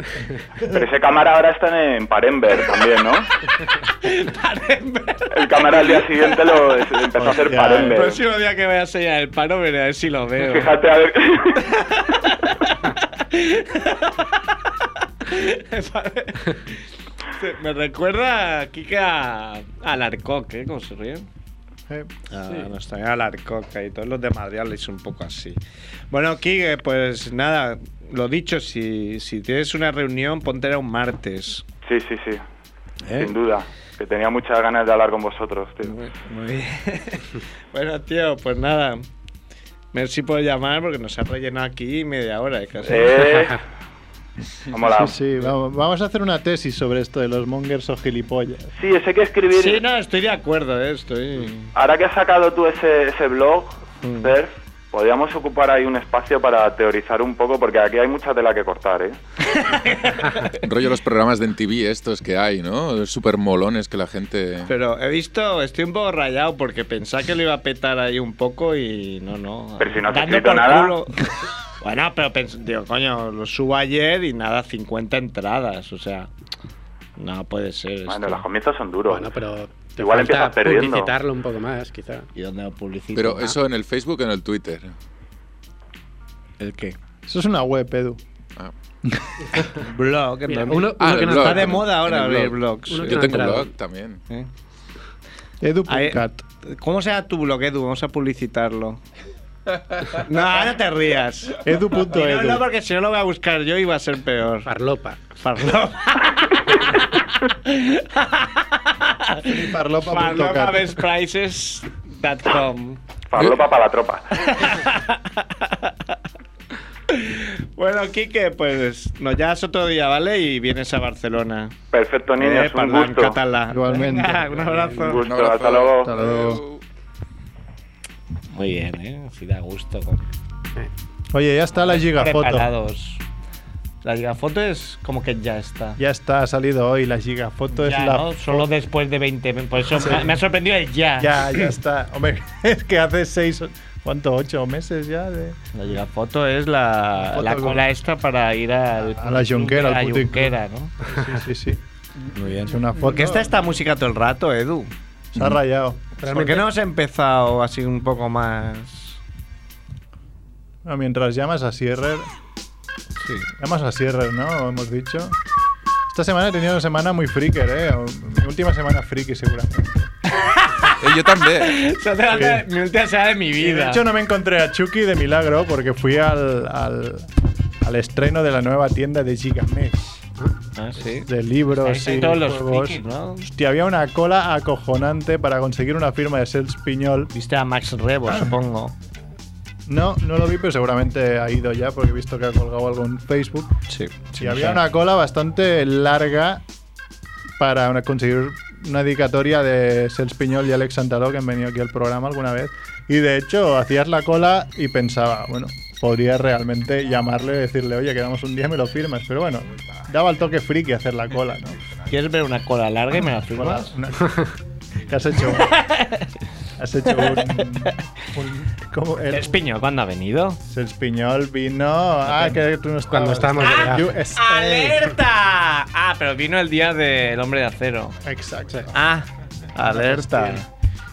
I: Pero ese cámara ahora está en Parember también, ¿no? El cámara al día siguiente lo es- empezó a hacer
B: Hostia,
I: Parember.
A: El próximo día que vaya a sellar el paro, veré a ver si lo veo.
I: Fíjate a ver.
A: Me recuerda a Kike a, al Arcoc, ¿eh? ¿Cómo se ríe?
B: Eh,
K: Ah, Nos traen al Arcoca y todos los de Madrid habláis un poco así. Bueno, Kigue, pues nada, lo dicho, si, si tienes una reunión, ponte a un martes.
I: Sí, sí, sí.
K: ¿eh?
I: Sin duda. Que tenía muchas ganas de hablar con vosotros, tío.
K: Muy bien. bueno, tío, pues nada. Merci por llamar porque nos ha rellenado aquí media hora de casi.
I: Eh. Vamos
B: Sí, sí, vamos, vamos a hacer una tesis sobre esto de los mongers o gilipollas.
I: Sí, ese que escribir.
K: Sí, no, estoy de acuerdo, eh, estoy.
I: Ahora que has sacado tú ese, ese blog, Perf, podríamos ocupar ahí un espacio para teorizar un poco, porque aquí hay mucha tela que cortar, ¿eh?
C: Rollo los programas de MTV estos que hay, ¿no? Súper molones que la gente...
K: Pero he visto, estoy un poco rayado porque pensaba que lo iba a petar ahí un poco y no, no.
I: Pero si no has
K: Dando
I: escrito
K: por
I: nada.
K: culo. Bueno, pero pens- digo, coño, lo subo ayer y nada, 50 entradas, o sea. No puede ser.
I: Bueno,
K: esto.
I: los comienzos son duros.
E: Bueno, pero te
I: Igual
E: falta
I: empiezas perdiendo.
E: publicitarlo un poco más, quizá.
K: ¿Y dónde lo publicito?
C: Pero
K: Ah,
C: eso en el Facebook o en el Twitter.
K: ¿El qué?
B: Eso es una web, Edu.
C: Ah.
K: Blog.
E: Mira,
K: entonces.
E: uno,
C: Ah,
E: uno que
C: el
E: no
C: blog.
K: Está de
C: en-
K: moda ahora
C: en el
K: abrir
C: blog.
K: blogs.
E: Uno
K: eh.
E: que
A: Ah,
C: Yo tengo un
E: entrado.
C: blog también.
K: ¿Eh? Ahí-
B: Edu.cat.
K: ¿Cómo se llama tu blog, Edu? Vamos a publicitarlo. No, no te rías. Y No, no,
B: Edu.edu.
K: porque si no lo voy a buscar yo iba a ser peor.
E: Farlopa.
K: Farlopa.
B: Farlopa.cat.
A: Farlopabestprices.com
I: Farlopa para la tropa.
K: Bueno, Quique, pues nos llamas otro día, ¿vale? Y vienes a Barcelona.
I: Perfecto, niños,
K: Eh,
I: un
K: parlant
I: gusto.
K: català.
B: Igualmente.
K: Vinga, un
I: Un
K: abrazo.
I: gusto, hasta luego.
B: Hasta luego.
A: Muy bien, ¿eh? Sí da gusto. con-
B: Oye, ya está la gigafoto.
A: Preparados. La gigafoto es como que ya está.
B: Ya está, ha salido hoy la gigafoto.
A: Ya,
B: es la.
A: ¿no? Solo después de 20. Por eso me, me ha sorprendido el ya.
B: Ya, ya está. Hombre, es que hace seis. ¿Cuánto? ¿Ocho meses ya? De...
A: La gigafoto es la,
B: foto
A: la
B: con-
A: cola esta para ir al.
B: A la Junquera,
A: a la
B: al puticlub.
A: Junquera, ¿no?
B: Sí, sí, sí.
K: Muy bien.
B: Es una foto.
K: ¿Por qué está esta música todo el rato, Edu?
B: Se ha rayado.
K: ¿Por qué no has empezado así un poco más?
B: Bueno, Ah, mientras llamas a Sierrer. Llamas a Sierrer, ¿no? Hemos dicho. Esta semana he tenido una semana muy freaker, ¿eh? Mi última semana friki, seguramente.
C: Eh, yo también.
D: Se trata de mi última semana de mi
B: Y de
D: vida.
B: hecho, no me encontré a Chucky de milagro porque fui al, al, al estreno de la nueva tienda de Gigamesh.
D: Ah, sí.
B: De libros
D: Ahí
B: y
D: hay todos los
B: juegos.
D: frikis, ¿no?
B: Hostia, había una cola acojonante para conseguir una firma de Sels Piñol.
D: Viste a Max Rebo, supongo.
B: No, no lo vi, pero seguramente ha ido ya porque he visto que ha colgado algo en Facebook.
A: Sí.
B: Y había una cola bastante larga para una- conseguir una dedicatoria de Sels Piñol y Alex Santaló, que han venido aquí al programa alguna vez. Y de hecho, hacías la cola y pensaba, bueno, podría realmente llamarle y decirle, oye, quedamos un día y me lo firmas. Pero bueno, daba el toque friki hacer la cola, ¿no?
D: ¿Quieres ver una cola larga y me la
B: Hola,
D: firmas?
B: una- ¿Qué has hecho? Has hecho un. un- ¿Cómo? El-
D: ¿Es Piñol cuándo ha venido?
B: Sels Piñol vino. Ah, que tú no estabas.
E: Cuando estábamos
A: ah.
E: de viaje.
B: USA.
D: Ah, ¡Alerta! Ah, pero vino el día del hombre de acero.
B: Exacto.
D: Ah,
B: Alerta.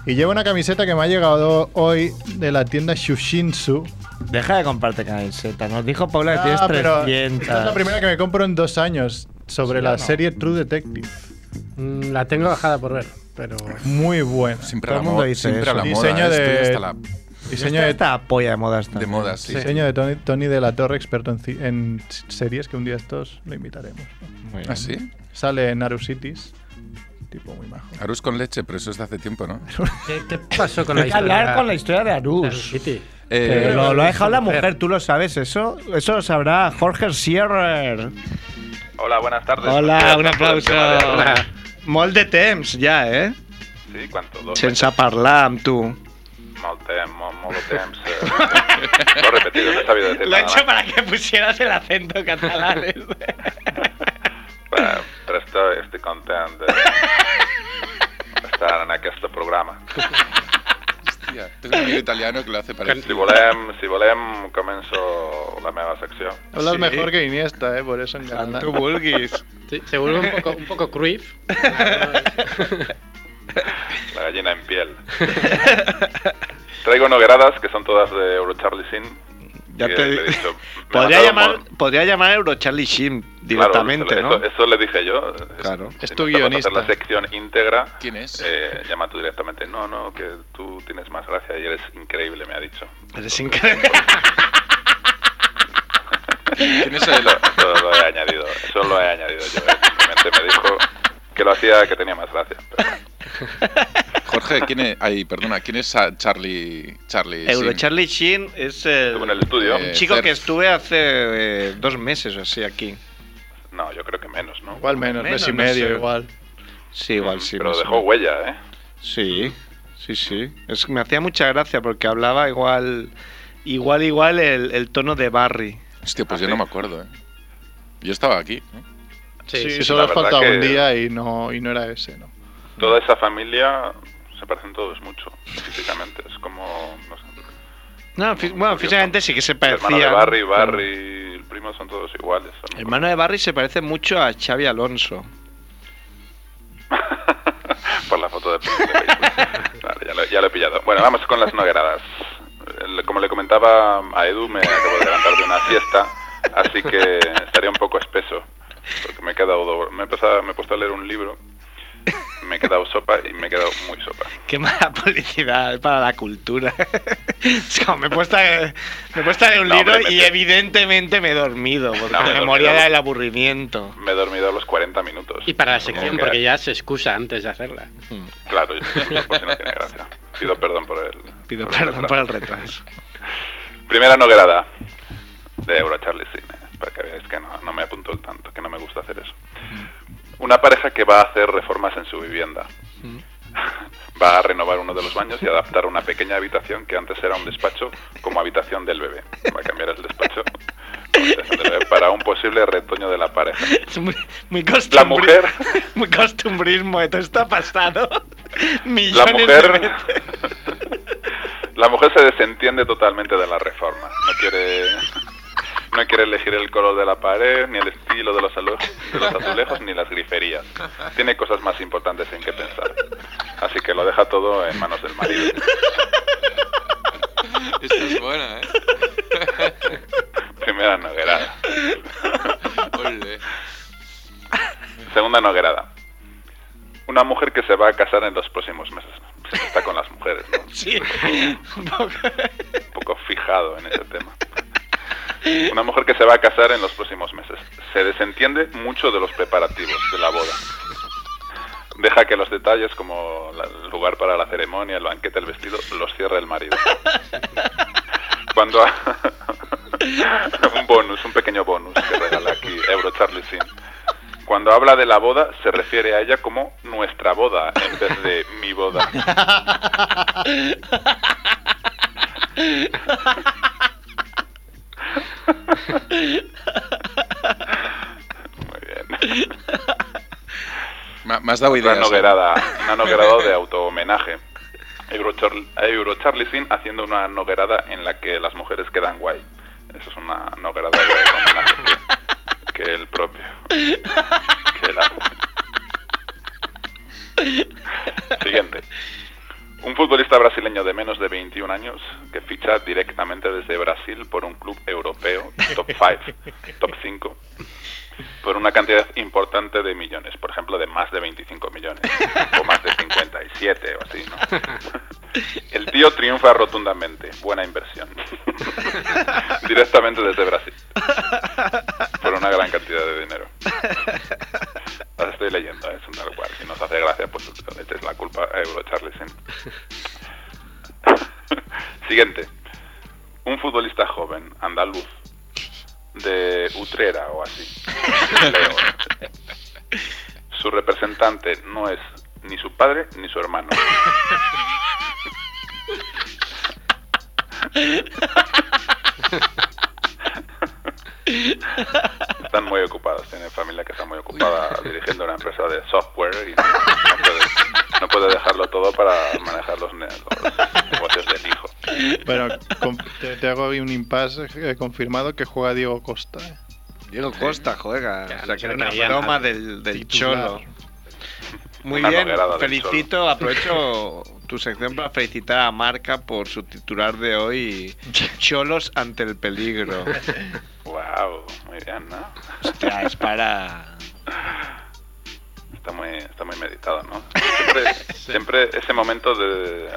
B: Y llevo una camiseta que me ha llegado hoy de la tienda Shushinsu.
D: deja de comprarte camiseta. Nos dijo Paula que
B: Ah,
D: tienes
B: pero
D: 300.
B: Esta es la primera que me compro en dos años sobre la serie True Detective.
E: Mm, La tengo bajada por ver, pero.
B: Muy buena.
C: Siempre
A: Todo
C: a la
A: el mundo
C: moda.
A: dice
C: Siempre a la
B: eso.
C: moda.
B: Diseño
C: Estoy
B: de-
C: hasta la
B: Diseño de,
A: Esta polla de moda está.
C: de moda, sí.
B: diseño de Tony, Tony de la Torre, experto en, ci- en series, que un día estos lo invitaremos.
C: ¿Ah, sí?
B: Sale en Arusitis. Tipo muy majo.
C: Arús con leche, pero eso es de hace tiempo, ¿no?
E: ¿Qué, qué pasó con la
D: Hay que
E: historia?
D: hablar con la historia de Arús.
E: Kitty.
A: Eh,
C: Eh,
A: lo, lo ha dejado la mujer, tú lo sabes, eso. Eso lo sabrá Jorge Sierrer.
I: Hola, buenas tardes.
A: Hola, un aplauso.
I: Hola.
A: Molt de temps, ja, eh?
I: Sí, quanto? Dos
A: Sense parlar amb tu.
I: meses. Mal temps, mo- molt temps. Eh, lo he repetido, no he sabido decir
D: Lo ha
I: nada
D: hecho
I: más.
D: para que pusieras el acento catalán.
I: Eh, Però estoy, estoy content de estar en aquest programa.
C: hostia, tengo un amigo italiano que lo hace para
I: Si volem, si volem, començo la meva secció.
B: Hablas
C: Sí.
B: mejor que Iniesta, eh, por eso en catalán.
C: vulguis.
E: Sí, se vuelve un poco, un poco Cruyff.
I: La gallina en piel. Traigo nogueradas, que son todas de Eurocharlie Sin.
A: Ya
I: que
A: te
I: le
A: di-
I: he dicho, me ha
A: Podría
I: matado
A: llamar,
I: un mon-
A: podría llamar a Eurocharlie Shim
I: Claro,
A: directamente,
I: eso,
A: ¿no?
I: Eso, eso le dije yo.
A: Claro.
I: Si
B: Es tu
I: no te vas a hacer
B: guionista.
I: la sección íntegra.
C: ¿Quién es?
I: Eh, llama tú directamente. No, no, que tú tienes más gracia y eres increíble, me ha dicho.
A: Eres increíble.
C: ¿Quién es el
I: Eso lo he añadido, eso lo he añadido yo. eh. Simplemente me dijo que lo hacía que tenía más gracia. Pero bueno,
C: Jorge, ¿quién es? Ay, perdona, ¿quién es a- Charlie? Charlie. Sheen?
A: Eurocharlie Sheen es el,
I: Según el estudio.
A: un
C: Eh,
A: chico
C: Cerf.
A: que estuve hace eh, dos meses o así aquí.
I: No, yo creo que menos, ¿no?
B: Igual menos,
A: Menos,
B: mes y
A: no
B: medio,
A: sé.
B: igual.
A: Sí, igual sí.
I: Mm, Pero
A: más o
I: dejó
A: menos.
I: huella, ¿eh?
A: Sí, sí, sí. Es que me hacía mucha gracia porque hablaba igual, igual, igual el, el tono de Barry.
C: Hostia, pues yo no me acuerdo, ¿eh? Yo estaba aquí. ¿eh?
B: Sí,
I: sí,
B: solo
I: la
B: has
I: verdad
B: faltado
I: que-
B: un día y no, y no era ese, ¿no?
A: Mm.
I: Toda esa familia se parecen todos mucho, físicamente. Es como, no sé,
A: No, fí- bueno, físicamente sí que se
I: el hermano de
A: parecía.
I: Barry, Barry, el primo son todos iguales. son-
A: El hermano de Barry se parece mucho a Xavi Alonso.
I: Por la foto de perfil de Facebook. Vale, ya lo, ya lo he pillado. Bueno, vamos con las nogueradas. El- Como le comentaba a Edu, me acabo de levantar de una siesta, así que estaría un poco espeso, porque me he quedado... do- Me he, pasado- me he puesto a leer un libro, me he quedado sopa y me he quedado muy sopa.
A: Qué mala publicidad para la cultura. es como me he puesto a, me he puesto a leer un
I: No,
A: libro
I: hombre, me-
A: y evidentemente me he dormido porque
I: No, me he
A: me moría
I: dormido.
A: del aburrimiento.
I: Me he dormido a los 40 minutos.
E: Y para la
I: Como
E: sección,
I: que-
E: porque ya se excusa antes de hacerla.
I: Claro, yo por si no tiene gracia. Pido perdón por el...
A: Pido
I: por el
A: perdón
I: retraso.
A: por el retraso.
I: Primera noguerada de Eurocharlie Cine, para que veáis que no, no me apunto el tanto, que no me gusta hacer eso. Una pareja que va a hacer reformas en su vivienda. Va a renovar uno de los baños y adaptar una pequeña habitación que antes era un despacho como habitación del bebé. Va a cambiar el despacho por habitación del bebé para un posible retoño de la pareja.
A: Es muy, muy
I: La
A: costumbri-
I: mujer,
A: Muy costumbrismo, esto está pasado.
I: la
A: Millones de
I: mujer,
A: veces.
I: la mujer se desentiende totalmente de la reforma. No quiere, no quiere elegir el color de la pared, ni el estilo de los, alu- de los azulejos, ni las griferías. Tiene cosas más importantes en que pensar. Así que lo deja todo en manos del marido.
C: Esta es buena, ¿eh?
I: Primera noguerada.
C: Ole.
I: Segunda noguerada. una mujer que se va a casar en los próximos meses. Siempre está con las mujeres, ¿no?
L: Sí. Un poco.
I: un poco fijado en ese tema. Una mujer que se va a casar en los próximos meses. Se desentiende mucho de los preparativos de la boda. Deja que los detalles, como la- el lugar para la ceremonia, el banquete, el vestido, los cierre el marido. Cuando ha- un bonus, un pequeño bonus que regala aquí Euro Charlie Sin. Cuando habla de la boda, se refiere a ella como nuestra boda en vez de mi boda. Muy bien.
C: Ma- Me has dado
I: Una
C: ideas. ¿eh?
I: noguerada, una noguerada de autohomenaje. Eurocharlie Sin haciendo una noguerada en la que las mujeres quedan guay. Eso es una noguerada de autohomenaje que, que el propio. que él hace. Siguiente. Un futbolista brasileño de menos de 21 años que ficha directamente desde Brasil por un club europeo top 5, top 5, por una cantidad importante de millones, por ejemplo, de más de 25 millones, o más de 57 o así, ¿no? El tío triunfa rotundamente, buena inversión, directamente desde Brasil, por una gran cantidad de dinero. Las estoy leyendo, es un tal cual, si nos hace gracia, pues le echéis la culpa a Eurocharlesen. Siguiente. Un futbolista joven, andaluz, de Utrera o así. Leo. Su representante no es ni su padre ni su hermano. Están muy ocupados, tienen familia que está muy ocupada dirigiendo una empresa de software y no, no puede, no puede dejarlo todo para manejar los, ne- los negocios del hijo.
B: Bueno, con- te, te hago ahí un impasse eh, confirmado que juega Diego Costa. eh.
A: Diego Costa juega.
E: Claro,
A: o sea, que
E: no
A: era una
E: creía
A: broma
E: nadie.
A: del, del
B: Titular.
A: cholo. Muy
I: Una
A: bien,
I: noguerada del
A: felicito, aprovecho tu sección para felicitar a Marca por su titular de hoy, Cholos ante el peligro.
I: Wow, muy bien, ¿no?
A: Hostia, es para...
I: Está muy, está muy meditado, ¿no? Siempre, siempre ese momento de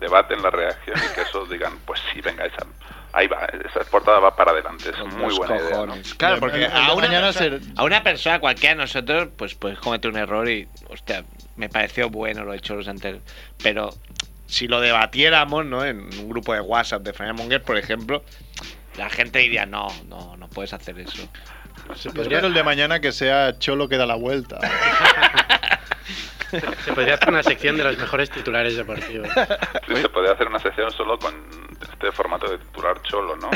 I: debate en la reacción y que eso digan, pues sí, venga, esa, ahí va, esa portada va para adelante, es muy
A: los
I: buena idea, ¿no?
A: cojones. Claro, porque
B: El- el de
A: a una,
B: mañana
A: persona,
B: se-
D: A una persona, cualquiera de nosotros, pues puedes cometer un error y, hostia, me pareció bueno lo de Choros antes. Pero
A: si lo debatiéramos ¿no? en un grupo de WhatsApp de Fran Monger, por ejemplo,
D: la gente diría, no, no, no puedes hacer eso.
B: Yo espero el de mañana que sea Cholo que da la vuelta.
E: Se podría hacer una sección de los mejores titulares deportivos.
I: Sí, se podría hacer una sección solo con este formato de titular cholo, ¿no?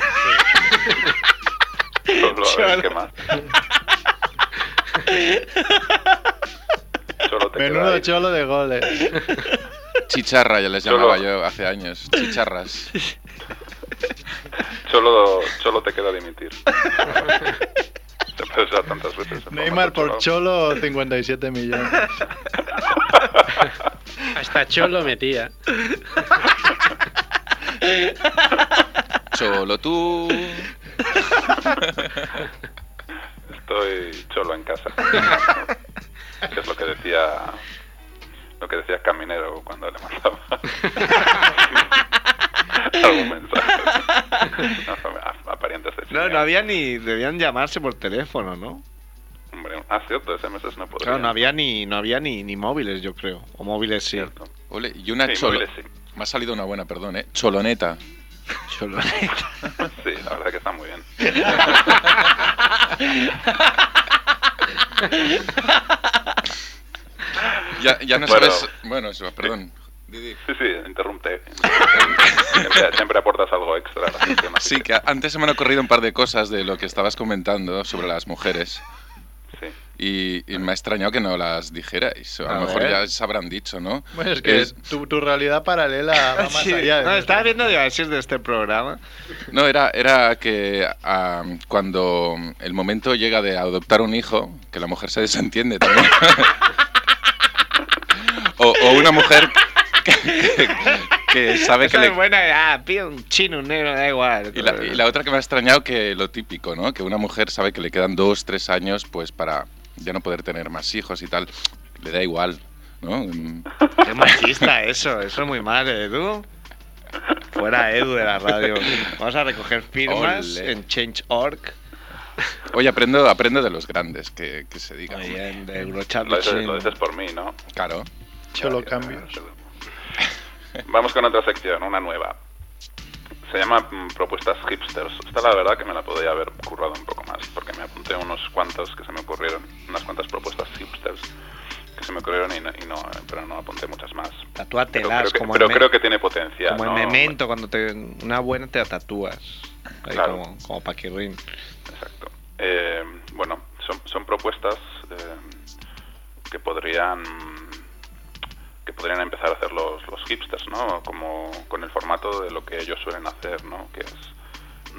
I: Cholo, a ver, ¿qué más? Cholo te queda
B: Menudo
I: ahí.
B: Cholo de goles.
C: Chicharra, ya les
I: Solo-
C: llamaba yo hace años. Chicharras.
I: Cholo, Cholo te queda dimitir. Te puede usar tantas veces. el
B: Neymar por
I: formato
B: Cholo 57 millones.
E: Hasta Cholo metía.
C: Cholo tú.
I: Estoy cholo en casa. que es lo que decía lo que decía Caminero cuando le mandaba algún mensaje. No, a, a parientes de
A: no,
I: Chile.
A: no había ni... Debían llamarse por teléfono, ¿no?
I: Hombre, ah, cierto, SMS no podía.
A: Claro, no había ni, no había ni, ni móviles, yo creo. O móviles sí.
I: Cierto.
C: Ole, y una
I: Sí,
C: cholo.
I: móviles, sí.
C: Me ha salido una buena, perdón, ¿eh? Choloneta.
A: Cholo.
I: Sí, la verdad que está muy bien.
C: Ya, ya no
I: Bueno.
C: sabes. Bueno, eso, perdón. Didi.
I: Sí, sí, interrumpe. siempre, siempre aportas algo extra. a la sección, así
C: Sí, que a- antes se me han ocurrido un par de cosas de lo que estabas comentando sobre las mujeres.
I: Sí.
C: Y, y me ha extrañado que no las dijerais. A,
A: A
C: lo mejor
A: ver.
C: ya se habrán dicho, ¿no?
B: Bueno, es
I: Eh,
B: que
C: Es-
B: tu, tu realidad paralela va más
A: Sí.
B: allá. de
A: No,
B: nuestra.
A: estaba viendo digo, a ver si es de este programa.
C: No, era, era que ah, cuando el momento llega de adoptar un hijo, que la mujer se desentiende también. o, o una mujer que, que- que sabe que
D: Esa
C: le...
D: es buena, ah, pide un chino, un negro, da igual.
C: Y la, y la otra que me ha extrañado que lo típico, ¿no? Que una mujer sabe que le quedan dos, tres años pues para ya no poder tener más hijos y tal. Le da igual. ¿no? En-
A: Qué machista eso, eso es muy mal, ¿eh, Edu. Fuera Edu de la radio. Vamos a recoger firmas
C: Ole.
A: en Change.org.
C: Oye, aprendo, aprendo de los grandes, que, que se diga.
A: Muy bien, de
I: Lo dices, lo dices por mí, ¿no?
C: Claro.
B: Solo cambios.
I: Vamos con otra sección, una nueva. Se llama mm, Propuestas Hipsters. Esta la verdad que me la podía haber currado un poco más, porque me apunté unos cuantos que se me ocurrieron, unas cuantas propuestas hipsters que se me ocurrieron y no, y no- pero no apunté muchas más.
A: Tatúatelas
I: Creo que-
A: como en
I: pero
A: Me-
I: creo que tiene potencial.
A: Como en
I: ¿no?
A: Memento, cuando te una buena te la tatúas. Ahí
I: Claro.
A: como, como Paquirrín.
I: Eh, bueno, son, son propuestas eh, que podrían que podrían empezar a hacer los, los hipsters, ¿no? Como con el formato de lo que ellos suelen hacer, ¿no? Que es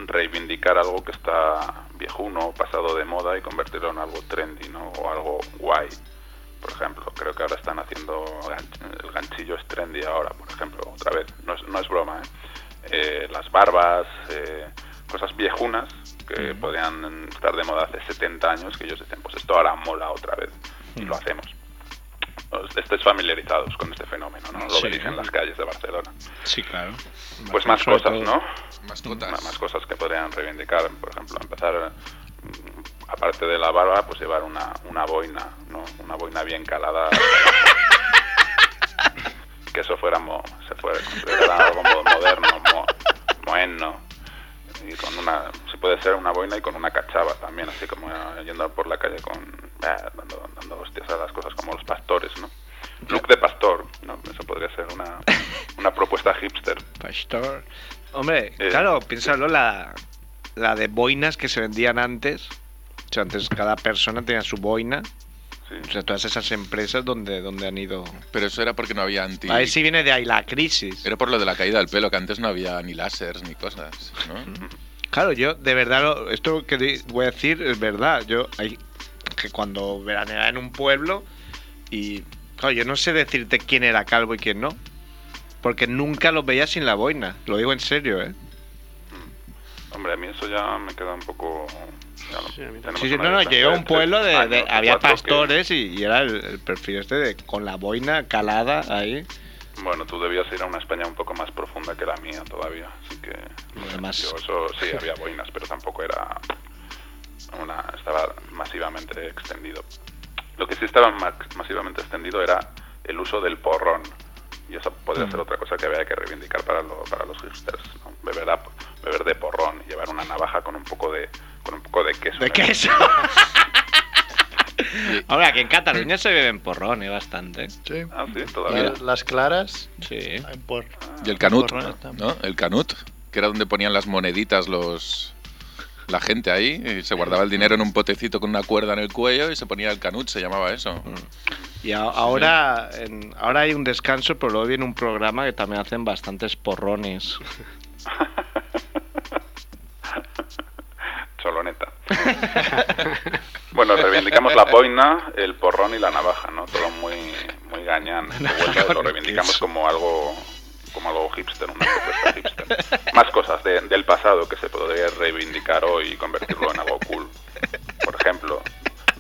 I: reivindicar algo que está viejuno, pasado de moda y convertirlo en algo trendy, ¿no? O algo guay. Por ejemplo, creo que ahora están haciendo gan- el ganchillo es trendy ahora, por ejemplo, otra vez, no es, no es broma, ¿eh? Eh, las barbas, eh, cosas viejunas que podían estar de moda hace 70 años, que ellos dicen, pues esto ahora mola otra vez, y lo hacemos. Os- Estáis familiarizados con este fenómeno, ¿no? Lo
C: Sí.
I: veis en las calles de Barcelona.
A: Sí, claro.
I: Pues más
C: Sobre
I: cosas,
C: todo.
I: ¿no?
C: Mascotas.
I: Más cosas que podrían reivindicar, por ejemplo, empezar, mm, aparte de la barba, pues llevar una, una boina, ¿no? Una boina bien calada. que eso fuera, mo- se fuera considerara algo mo- moderno, mo- moderno. Y con una, si puede ser una boina y con una cachava también, así como eh, yendo por la calle con, ah, dando, dando hostias a las cosas como los pastores, ¿no? Look de pastor, ¿no? Eso podría ser una, una propuesta hipster.
A: Pastor. Hombre,
I: Eh.
A: claro, piénsalo, la, la de boinas que se vendían antes. O sea, antes cada persona tenía su boina. O sea, todas esas empresas donde, donde han ido.
C: Pero eso era porque no había anti.
A: A ver si viene de ahí la crisis.
C: Era por lo de la caída del pelo, que antes no había ni láseres ni cosas, ¿no?
A: Claro, yo de verdad, lo- esto que di- voy a decir es verdad. Yo hay que cuando veraneaba en un pueblo y claro, yo no sé decirte quién era calvo y quién no, porque nunca los veía sin la boina. Lo digo en serio, ¿eh?
I: Hombre, a mí eso ya me queda un poco... ya no- tenemos
A: Sí, sí,
I: una
A: no, no,
I: distancia
A: llegué a
I: de
A: un pueblo de,
I: tres
A: de-
I: años o
A: había
I: cuatro que-
A: pastores y, y era el, el perfil este de con la boina calada ahí.
I: Bueno, tú debías ir a una España un poco más profunda que la mía todavía, así que...
A: Además,
I: Yo eso sí, había boinas, pero tampoco era una... estaba masivamente extendido. Lo que sí estaba ma- masivamente extendido era el uso del porrón. Y eso podría ser otra cosa que había que reivindicar para, lo- para los hipsters. ¿no? Beber, a- beber de porrón, llevar una navaja con un poco de, con un poco de queso.
A: de
I: en el-
A: queso. Ahora, aquí en Cataluña se beben porrón, ¿eh? Bastante.
B: Sí.
I: Ah, sí, todavía.
B: Las, las claras.
A: Sí.
B: eh, Por,
C: Y el canut,
B: Corona también.
C: ¿no? El canut, que era donde ponían las moneditas los la gente ahí, y se guardaba el dinero en un potecito con una cuerda en el cuello y se ponía el canut, se llamaba eso.
A: Y a- ahora, en- ahora hay un descanso, pero luego viene un programa que también hacen bastantes porrones.
I: Choloneta. bueno, reivindicamos la boina, el porrón y la navaja, ¿no? Todo muy, muy gañán. De vuelta, lo reivindicamos como algo como algo hipster, una propuesta hipster. Más cosas de- del pasado que se podría reivindicar hoy y convertirlo en algo cool. Por ejemplo,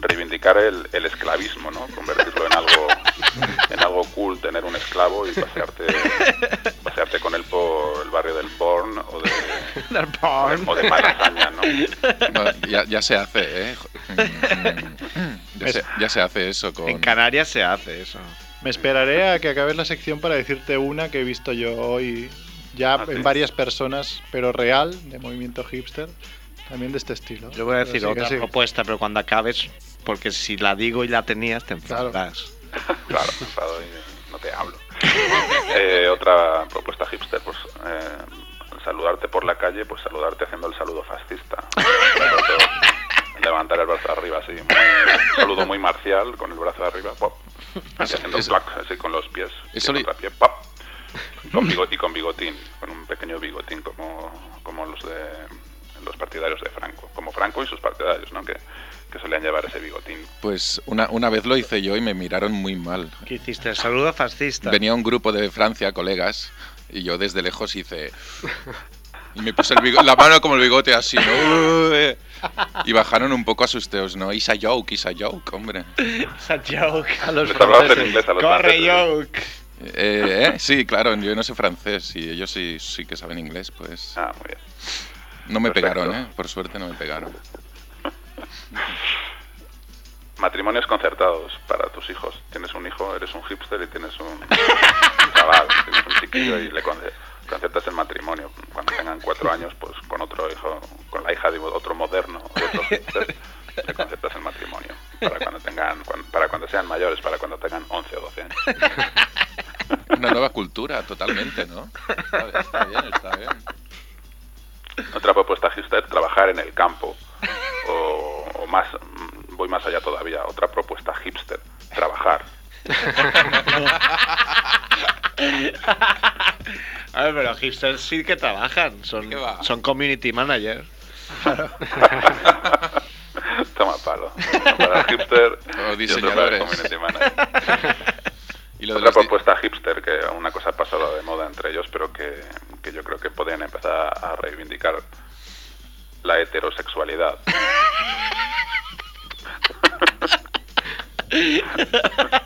I: reivindicar el, el esclavismo, ¿no? Convertirlo en algo en algo cool, tener un esclavo y pasearte, pasearte con él por el barrio del porn o de, o de Malasaña, ¿no?
C: No, ya, ya se hace, ¿eh? Ya se, ya se hace eso con...
A: En Canarias se hace eso.
B: Me esperaré a que acabes la sección para decirte una que he visto yo hoy ya
I: Ah, sí.
B: en varias personas, pero real, de movimiento hipster, también de este estilo.
A: Yo voy a
B: Pero
A: decir
B: sí,
A: otra
B: que sí.
A: propuesta, pero cuando acabes, porque si la digo y la tenías, te
B: Claro.
A: enfadarás.
I: Claro, enfado y no te hablo. Eh, otra propuesta hipster, pues eh, al saludarte por la calle, pues saludarte haciendo el saludo fascista. Pero todo, levantar el brazo arriba, así. muy- saludo muy marcial, con el brazo arriba, pop. Y haciendo
C: eso-
I: clac, así con los pies. y
C: eso
I: con
C: le-
I: otra pie, pop. Con bigo- y con bigotín, con un pequeño bigotín como, como los de los partidarios de Franco, como Franco y sus partidarios, ¿no? Que, que solían llevar ese bigotín.
C: Pues una, una vez lo hice yo y me miraron muy mal.
A: ¿Qué hiciste? El saludo fascista.
C: Venía un grupo de Francia, colegas, y yo desde lejos hice... Y me puse el bigo- la mano como el bigote así, ¿no? Y bajaron un poco a sus teos, ¿no? Isa joke, isa joke, hombre.
M: It's a joke. A los
C: Les hablabas en inglés a los
M: Corre,
C: franceses.
M: joke.
C: Eh, ¿eh? Sí, claro, yo no sé francés y ellos sí, sí que saben inglés, pues.
I: Ah, muy bien.
C: No me
I: Perfecto.
C: pegaron, ¿eh? Por suerte no me pegaron.
I: Matrimonios concertados para tus hijos. Tienes un hijo, eres un hipster y tienes un, un chaval, tienes un chiquillo y le conce- concertas el matrimonio. Cuando tengan cuatro años, pues con otro hijo, con la hija de otro moderno, de otro hipster, le concertas el matrimonio. Para cuando tengan, cuan- para cuando sean mayores, para cuando tengan 11 o 12 años.
C: Una nueva cultura, totalmente, ¿no? Está bien, está bien, está bien.
I: Otra propuesta hipster, trabajar en el campo. O, o más, mm, voy más allá todavía. Otra propuesta hipster, trabajar.
A: A ver, pero hipsters sí que trabajan. Son, son community manager.
I: Toma palo. Uno Para el
C: O
I: hipster y otro para el
C: diseñadores.
I: community manager.
C: Y lo de
I: Otra
C: los di-
I: propuesta hipster, que una cosa ha pasado de moda entre ellos, pero que, que yo creo que podrían empezar a reivindicar la heterosexualidad.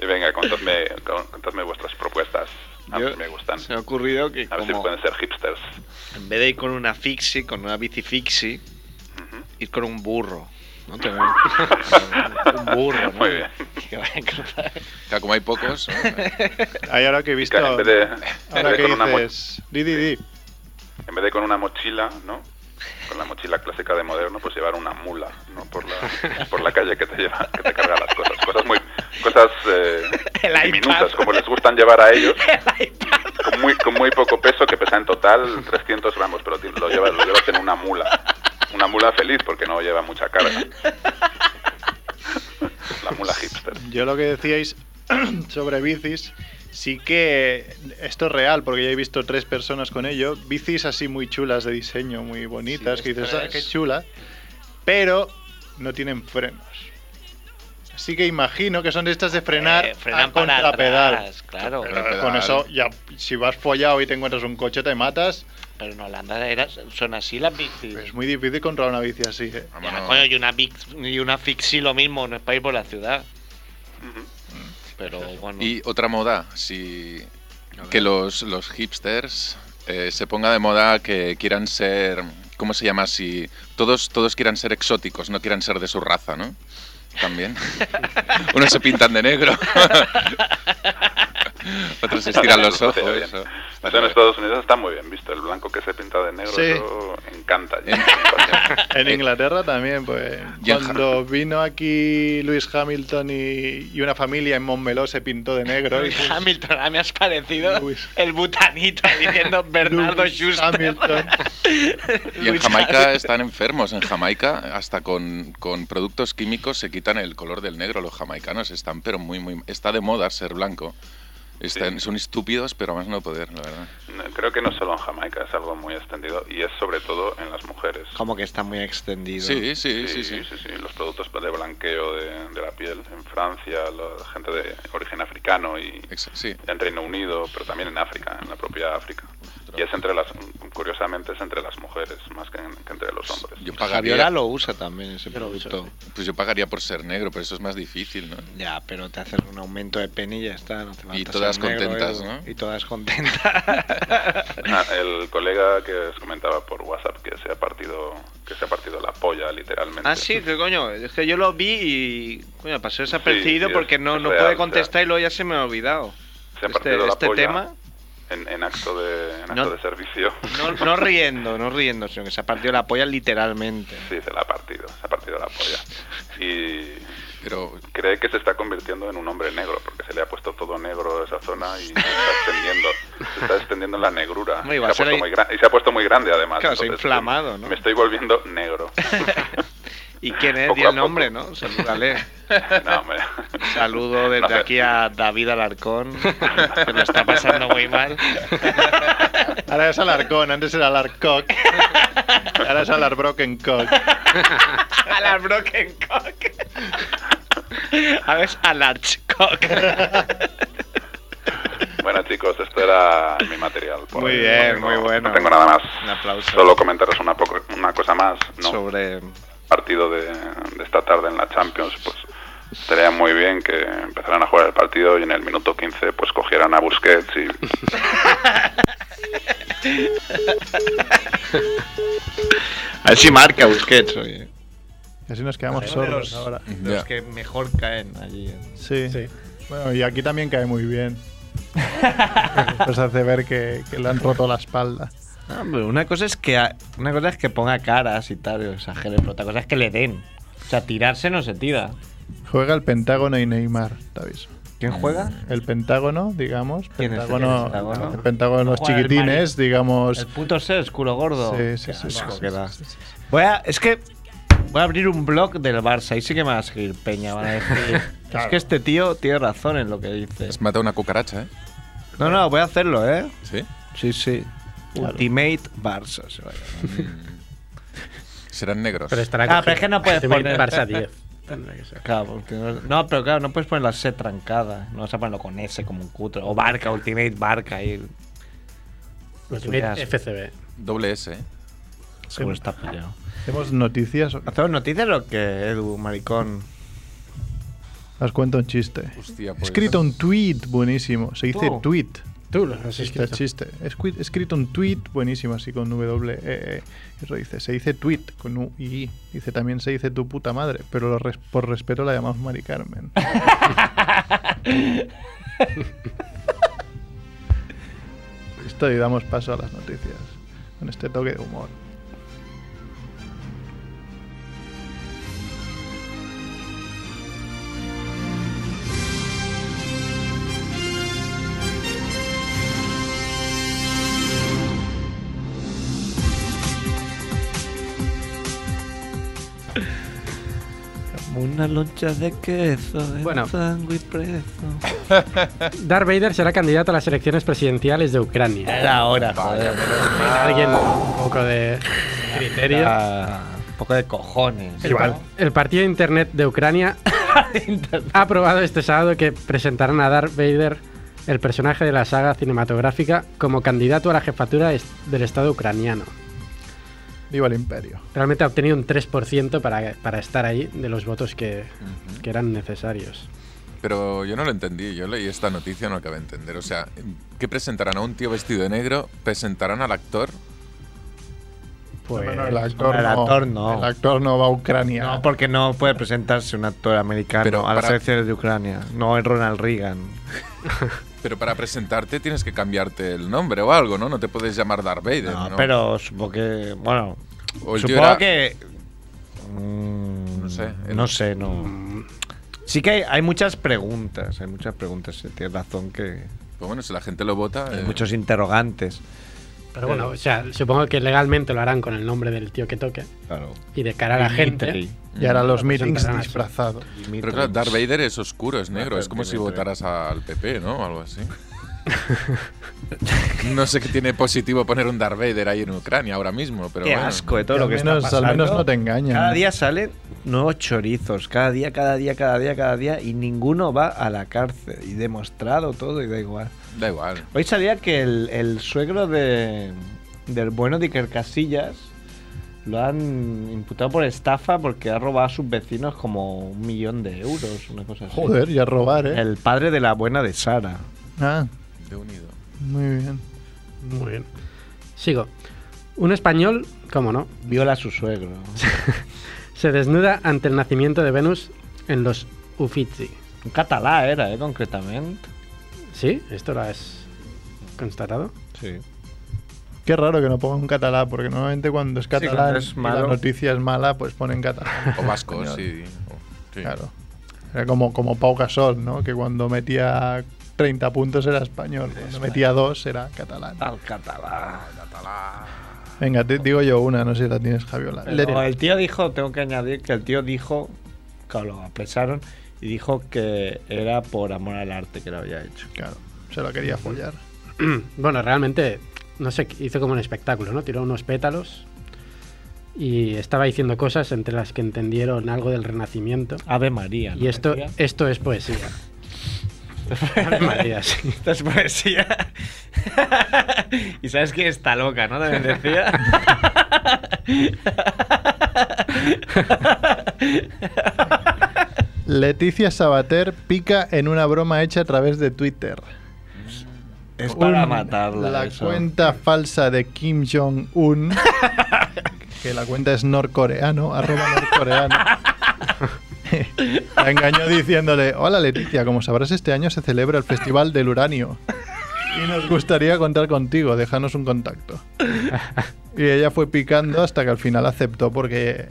I: y venga, contadme, con- contadme vuestras propuestas. A mí me gustan.
A: Se me ha ocurrido que
I: A ver si
A: como-
I: pueden ser hipsters.
A: en vez de ir con una fixie, con una bici fixie, ir con un burro. ¿no? Tener un burro, ¿no?
C: Muy bien.
A: Que vayan con-
C: Claro, como hay pocos. ¿no?
B: Ahí ahora que he visto.
I: en vez de- en
B: ahora
I: vez de
B: que
I: con una mo-
B: dices. Di, di,
A: Eh,
B: di.
I: En vez de con una mochila, ¿no? Con la mochila clásica de moderno, pues llevar una mula, ¿no? Por la, por la calle que te lleva, que te carga las cosas. Cosas muy, cosas eh, diminutas, como les gustan llevar a ellos. Con muy, con muy poco peso, que pesa en total 300 gramos, pero ti- lo llevas, lo llevas en una mula. Una mula feliz porque no lleva mucha carga. La mula hipster.
B: Yo lo que decíais sobre bicis, sí que esto es real, porque ya he visto tres personas con ello. Bicis así muy chulas de diseño, muy bonitas, que dices, ah,
A: tres".
B: qué chula, pero no tienen frenos. Así que imagino que son de estas de frenar
M: Eh, frenan
B: a
M: para
B: contrapedal.
M: atrás, claro.
B: Pero
M: Contrapedal.
B: con eso, ya, si vas follado y te encuentras un coche, te matas.
M: Pero en Holanda era- son así las bicis.
B: Es muy difícil controlar una bici así, ¿eh?
M: Ya, coño, y una, bix- y una fixie lo mismo, no es para ir por la ciudad. Pero bueno.
C: Y otra moda, si que los, los hipsters eh, se ponga de moda que quieran ser, ¿cómo se llama? Si todos todos quieran ser exóticos, no quieran ser de su raza, ¿no? También. Unos se pintan de negro. Otros se estiran los
I: Eso
C: ojos.
I: está bien.
C: o-
I: Eso en Estados Unidos está muy bien visto. El blanco que se pinta de negro,
B: Sí.
I: eso encanta. ya.
B: En Inglaterra también, pues.
I: Ya.
B: Cuando vino aquí Luis Hamilton y, y una familia en Montmeló se pintó de negro. y- pues,
M: Luis Hamilton, a mí has parecido el butanito diciendo Bernardo Schuster.
C: Y en
M: Luis
C: Jamaica
M: Hamilton.
C: están enfermos. En Jamaica, hasta con, con productos químicos, se quitan el color del negro. Los jamaicanos están, pero muy, muy. Está de moda ser blanco. Están- Son estúpidos, pero más no poder, la verdad.
I: No, Creo que no solo en Jamaica, es algo muy extendido y es sobre todo en las mujeres.
A: Como que está muy extendido.
I: sí, sí, sí, Los productos de blanqueo de, de la piel en Francia, la gente de origen africano y en Reino Unido, pero también en África, en la propia África. Y es entre las, curiosamente, es entre las mujeres más que, en- que entre los hombres.
C: Yo
A: Javiola
C: pagaría,
A: lo usa también ese producto.
C: pues yo pagaría por ser negro, pero eso es más difícil, ¿no?
A: Ya, pero te haces un aumento de pene y ya está. no hace falta
C: Y
A: ser
C: todas
A: negro,
C: contentas,
A: Edu.
C: ¿no?
A: Y todas contentas.
I: Ah, el colega que os comentaba por WhatsApp que se ha partido, que se ha partido la polla, literalmente.
A: Ah, sí, que coño, es que yo lo vi y coño, pasé
I: Sí,
A: desapercibido
I: sí,
A: porque
I: es-
A: no,
I: es
A: no
I: real,
A: pude contestar y luego ya se me ha olvidado.
I: Se ha partido
A: Este,
I: la
A: este
I: polla
A: tema,
I: En, en acto de, en acto
A: No-
I: de servicio.
A: no, no riendo, no riendo, sino que se ha partido la polla literalmente.
I: Sí, se la ha partido, se ha partido la polla. Y
C: Pero
I: cree que se está convirtiendo en un hombre negro, porque se le ha puesto todo negro esa zona y se está extendiendo, se está extendiendo la negrura.
A: Hombre,
I: y, se
A: igual
I: ha
A: será
I: puesto
A: i-
I: muy gran- y se ha puesto muy grande además.
A: Claro, se ha
I: entonces,
A: inflamado, ¿no?
I: Me estoy volviendo negro.
A: ¿Y quién es?
I: Poco
A: Di
I: a
A: el nombre, ¿no? Salúdale.
I: No, hombre.
A: Saludo desde
I: No sé.
A: aquí a David Alarcón, que lo está pasando muy mal.
B: Ahora es Alarcón, antes era Alarcock. Ahora es Alarbrokencock.
A: A la Broken Cock. A ver, a la Cock.
I: Bueno, chicos, chicos, esto era mi material. por
N: Muy
I: ahí.
N: bien,
I: No
N: muy
I: tengo-
N: bueno.
I: No tengo nada más.
N: Un aplauso.
I: Solo comentaros una, poco, una cosa más. ¿no?
N: Sobre.
I: Partido de, de esta tarde en la Champions, pues estaría muy bien que empezaran a jugar el partido y en el minuto 15 pues cogieran a Busquets y...
N: A ver si marca Busquets, oye.
B: Así nos quedamos
N: Uno de
B: solos
N: los,
B: ahora.
N: de los que mejor caen allí.
B: Sí. Bueno, y aquí también cae muy bien. Pues hace ver que, que le han roto la espalda.
A: Ah, pero una cosa es que una cosa es que ponga caras y tal, y exagere, pero otra cosa es que le den. O sea, tirarse no se tira.
B: Juega el Pentágono y Neymar, te aviso.
A: ¿Quién juega?
B: El Pentágono, digamos.
A: ¿Quién es el
B: Pentágono,
A: Pentágono?
B: el Pentágono de los
A: Juega el
B: chiquitines, digamos.
A: Pues El puto ses, culo gordo.
B: Sí, sí,
A: Qué
B: sí,
A: asco
B: sí,
A: que
B: sí,
A: da.
B: sí,
A: Voy a, es que voy a abrir un blog del Barça. Ahí sí que me va a seguir Peña. Van a decir, Es
C: Claro.
A: que este tío tiene razón en lo que dice.
C: Has matado una cucaracha, ¿eh?
A: No, no, voy a hacerlo, ¿eh?
C: ¿Sí?
A: Sí, sí. Ultimate Barça. se va a llamar.
C: Serán negros.
A: ah, pero es que no puedes poner.
E: Barça 10.
A: Claro, porque no, no, pero claro, no puedes poner la C trancada. No vas a ponerlo con S como un cutre. O barca, Ultimate Barca. Y...
E: Ultimate FCB.
C: Doble S, ¿eh?
A: Seguro está pillado.
B: Hacemos noticias.
A: ¿Hacemos noticias o qué, Edu, maricón?
B: Os cuento un chiste.
E: Pues,
C: Hostia,
B: He
C: pues
B: escrito un tweet buenísimo. Se dice
E: Tú.
B: tweet.
E: Tú lo has
B: Chiste,
E: escrito.
B: chiste. He escri- he escrito un tweet buenísimo, así con W. E, E. Eso dice. Se dice tweet con U y I. Dice también se dice tu puta madre, pero lo res- por respeto la llamamos Mari Carmen. Esto y damos paso a las noticias. Con este toque de humor.
A: Una loncha de queso, de
E: Bueno.
A: y preso.
E: Darth Vader será candidato a las elecciones presidenciales de Ucrania.
A: Era hora, joder.
E: Alguien un poco de criterio.
A: Ah, un poco de cojones.
E: El, par- el partido de internet de Ucrania ha aprobado este sábado que presentarán a Darth Vader, el personaje de la saga cinematográfica, como candidato a la jefatura est- del Estado ucraniano.
B: Viva el imperio.
E: Realmente ha obtenido un 3% para, para estar ahí de los votos que, que eran necesarios.
C: Pero yo no lo entendí, yo leí esta noticia y no lo acabé de entender. O sea, ¿qué presentarán a un tío vestido de negro? ¿Presentarán al actor?
E: Pues,
B: Bueno, el actor,
A: el
B: no.
A: actor no.
B: El actor no va a Ucrania.
A: No, porque no puede presentarse un actor americano
C: Pero
A: a las
C: para-
A: elecciones de Ucrania. No es Ronald Reagan.
C: Pero para presentarte tienes que cambiarte el nombre o algo, ¿no? No te puedes llamar Darth Vader,
A: No,
C: ¿no?
A: pero supongo que. Bueno.
C: O el tío
A: supongo
C: era-
A: que. mm, no sé. No sé,
E: mm,
A: no. Sí que hay, hay muchas preguntas. Hay muchas preguntas. eh, Tienes razón que.
C: Pues bueno, si la gente lo vota...
A: Hay
C: eh,
A: muchos interrogantes.
E: Pero bueno, o sea, supongo que legalmente lo harán con el nombre del tío que toque.
A: Claro.
E: Y de cara a la gente.
A: Dimitri.
B: Y
A: Mm.
B: ahora los meetings
E: presentarán así.
B: disfrazados.
C: Pero claro, Darth Vader es oscuro, es negro. Es como si
B: Dimitri.
C: votaras al PP, ¿no? O algo así. no sé qué tiene positivo poner un Darth Vader ahí en Ucrania ahora mismo, pero
A: Qué
C: bueno.
A: asco eh. de todo
B: Que
A: lo
B: al
A: que
B: menos-
A: está
B: al
A: pasando.
B: menos no te engañan.
A: Cada día salen nuevos chorizos, cada día, cada día, cada día, cada día, y ninguno va a la cárcel. Y demostrado todo, y da igual.
C: Da igual.
A: Hoy sabía que el, el suegro de, del bueno de Iker Casillas lo han imputado por estafa porque ha robado a sus vecinos como un millón de euros, una cosa así.
B: Joder, ya robar, ¿eh?
A: El padre de la buena de Sara.
B: Ah,
C: De unido.
B: muy bien.
E: Muy bien. Sigo. Un español, cómo no,
A: Viola a su suegro.
E: se desnuda ante el nacimiento de Venus en los Uffizi.
A: Un catalá era, ¿eh? Concretamente.
E: ¿Sí? ¿Esto lo has constatado?
A: Sí.
B: Qué raro que no pongan un catalán, porque normalmente cuando es catalán
A: cuando es
B: y la
A: malo.
B: noticia es mala, pues ponen catalán.
C: O vasco,
B: Español.
C: sí. Sí.
B: Claro. Era como, como Pau Gasol, ¿no? Que cuando metía 30 puntos era español, cuando metía 2 era catalán.
A: Al catalá.
B: Venga, te digo yo una, no sé si la tienes, Javiola.
A: Pero el tío dijo, tengo que añadir que el tío dijo, claro, lo apresaron y dijo que era por amor al arte que lo había hecho.
B: Claro, se lo quería follar.
E: bueno, realmente, no sé, hizo como un espectáculo, ¿no? Tiró unos pétalos y estaba diciendo cosas entre las que
A: Ah,
E: entendieron algo del Renacimiento.
A: Ave María. ¿no?
E: Y esto,
A: Decía.
E: esto es poesía. María, sí.
A: Esta es poesía. y sabes que está loca, ¿no? También decía.
B: Leticia Sabater pica en una broma hecha a través de Twitter.
A: Es para
B: Un-
A: matarla.
B: La
A: eso.
B: cuenta falsa de Kim Jong-un, que la cuenta es norcoreano, arroba norcoreano. la engañó diciéndole, hola Leticia, como sabrás este año se celebra el Festival del Uranio. Y nos gustaría contar contigo, déjanos un contacto. Y ella fue picando hasta que al final aceptó porque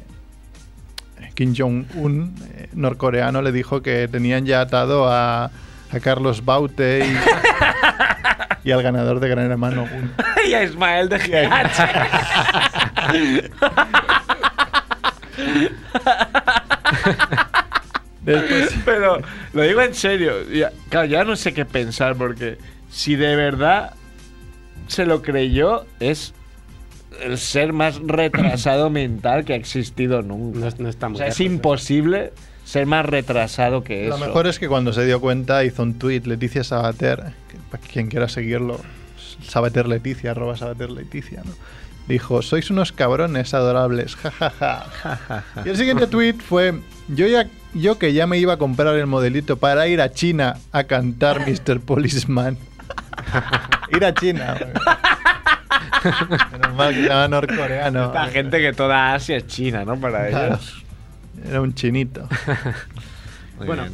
B: Kim Jong-un, eh, norcoreano, le dijo que tenían ya atado a, a Carlos Baute y, y al ganador de Gran Hermano. un-
A: y a Ismael de GH. Pero lo digo en serio. Ya, claro, ya no sé qué pensar porque si de verdad se lo creyó, es el ser más retrasado mental que ha existido nunca.
E: No, es- no está muy
A: o sea, es
E: lejos, ¿eh?
A: imposible ser más retrasado que eso.
B: Lo mejor es que cuando se dio cuenta hizo un tweet Leticia Sabater, que para quien quiera seguirlo, Sabater Leticia, arroba Sabater Leticia, ¿no? Dijo, sois unos cabrones adorables, jajaja. Y el siguiente tweet fue, yo, ya, yo que ya me iba a comprar el modelito para ir a China a cantar Mr. Policeman. ir a China. güey. Menos mal que era norcoreano.
A: Esta gente que toda Asia es China, ¿no? Para
B: Claro.
A: ellos.
B: Era un chinito.
A: Muy
E: Bueno,
A: bien.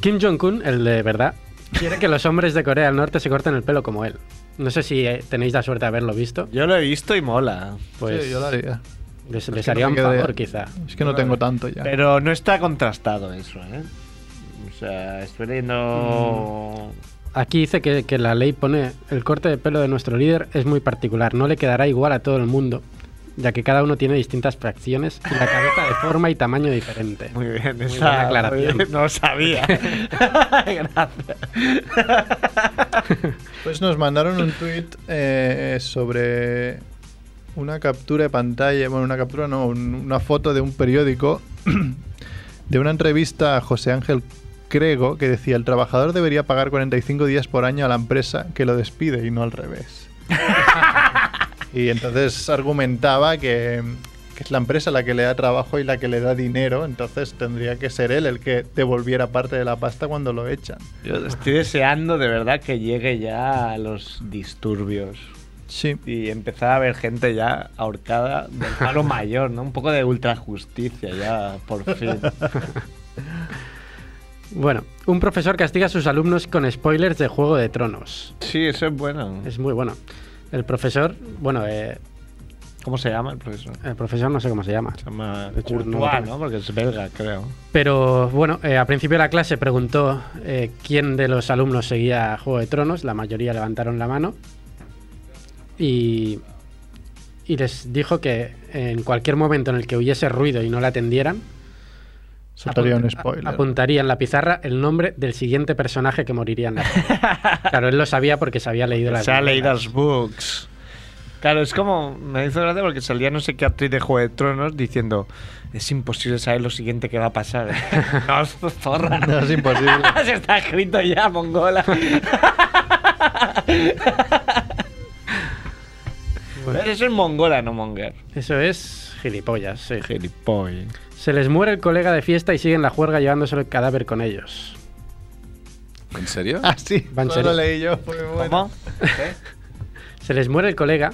E: Kim Jong-un, el de verdad, quiere que los hombres de Corea del Norte se corten el pelo como él. No sé si eh, tenéis la suerte de haberlo visto.
A: Yo lo he visto y mola.
E: Pues
B: Sí, yo lo haría.
E: les,
B: Es
E: les
B: que no
E: haría
B: me
E: un
B: quedaría-
E: favor, quizá.
B: Es que no tengo tanto ya.
A: Pero no está contrastado eso, ¿eh? O sea, estoy leyendo.
E: Aquí dice que, que la ley pone el corte de pelo de nuestro líder es muy particular, no le quedará igual a todo el mundo, ya que cada uno tiene distintas fracciones y la cabeza de forma y tamaño diferente.
A: Muy bien,
E: Muy
A: esa
E: buena aclaración.
A: muy bien, No lo sabía. Gracias.
B: Pues nos mandaron un tweet sobre una captura de pantalla, bueno, una captura no, un- una foto de un periódico de una entrevista a José Ángel Crego que decía, el trabajador debería pagar 45 días por año a la empresa que lo despide y no al revés. y entonces argumentaba que, que es la empresa la que le da trabajo y la que le da dinero, entonces tendría que ser él el que devolviera parte de la pasta cuando lo echan.
A: Yo estoy deseando de verdad que llegue ya a los disturbios
B: Sí.
A: y empezar a ver gente ya ahorcada del palo mayor, ¿no? Un poco de ultrajusticia ya, por fin.
E: Bueno, un profesor castiga a sus alumnos con spoilers de Juego de Tronos.
A: Sí, eso es bueno.
E: Es muy bueno. El profesor, bueno, eh,
A: ¿Cómo se llama el profesor?
E: el profesor no sé cómo se llama.
A: Se llama
E: De hecho, no lo
A: Courtois,
E: tengo.
A: ¿no? Porque es belga, creo.
E: Pero bueno, eh, al principio de la clase preguntó eh, quién de los alumnos seguía Juego de Tronos. La mayoría levantaron la mano. Y, y les dijo que en cualquier momento en el que hubiese ruido y no la atendieran,
B: Soltaría
E: apunta-
B: un spoiler.
E: apuntaría en la pizarra el nombre del siguiente personaje que moriría en la película. claro, él lo sabía porque se había leído las
A: Se ha leído
E: novelas.
A: los books. Claro, es como. Me hizo gracia porque salía no sé qué actriz de Juego de Tronos diciendo: Es imposible saber lo siguiente que va a pasar. no, es zorra.
B: No, es imposible.
A: Se está escrito ya, mongola. Eso es mongola, no monger.
E: Eso es gilipollas, sí.
A: Gilipoll.
E: Se les muere el colega de fiesta y siguen la juerga llevándose el cadáver con ellos.
C: ¿En serio?
B: Ah, sí,
E: Va en
B: no
E: serio.
B: lo leí yo. fue muy bueno.
A: ¿Cómo?
E: Se les muere el colega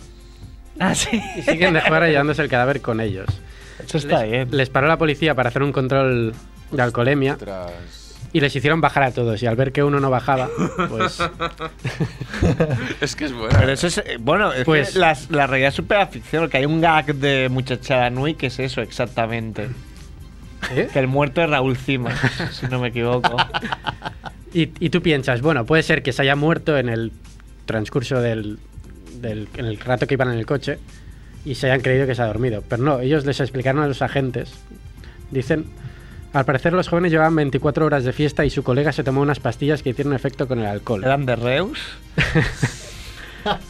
A: Ah, sí.
E: y siguen de juerga llevándose el cadáver con ellos.
A: Eso está bien.
E: Les paró la policía para hacer un control de alcoholemia
C: Tras-
E: y les hicieron bajar a todos. Y al ver que uno no bajaba, pues
C: Es que es
A: Pero
C: buena.
A: eso es. eh, Bueno, es que
E: Pues-
A: las- la realidad supera la ficción, que hay un gag de muchachada Nui que es eso exactamente.
E: ¿Eh?
A: Que el muerto es Raúl Cima, si no me equivoco.
E: Y, y tú piensas, bueno, puede ser que se haya muerto en el transcurso del, del- en el rato que iban en el coche y se hayan creído que se ha dormido. Pero no, ellos les explicaron a los agentes. Dicen, al parecer los jóvenes llevaban 24 horas de fiesta y su colega se tomó unas pastillas que hicieron efecto con el alcohol.
A: ¿Eran de Reus?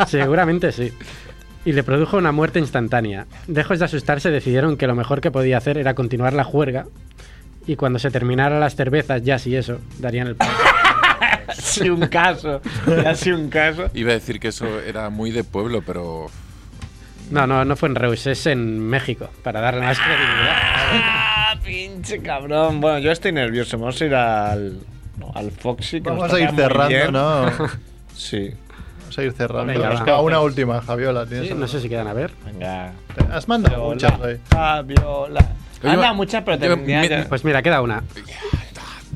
E: Seguramente sí. Y le produjo una muerte instantánea. Lejos de asustarse, decidieron que lo mejor que podía hacer era continuar la juerga. Y cuando se terminaran las cervezas, ya y eso, darían el paso.
A: ha sido un caso. Ha sido un caso.
C: Iba a decir que eso era muy de pueblo, pero
B: Oh.
E: No, no, no fue en Reus, es en México, para darle más credibilidad.
A: Ah, pinche cabrón. Bueno, yo estoy nervioso. Vamos a ir al, al Foxy. Que
B: Vamos
A: nos
B: a ir
A: toca muy
B: cerrando,
A: bien.
B: ¿no?
A: Sí.
B: Vamos a ir cerrando.
A: Venga,
B: Nos
A: va.
B: queda una última, Javiola.
A: Sí, no sé
E: si quedan a ver.
A: Venga.
B: Has mandado muchas hoy.
A: Fabiola.
B: Oye,
A: Ah, Anda,
B: yo-
A: muchas, pero
B: yo-
A: tendría
B: mi-
A: que-
E: Pues mira, queda una.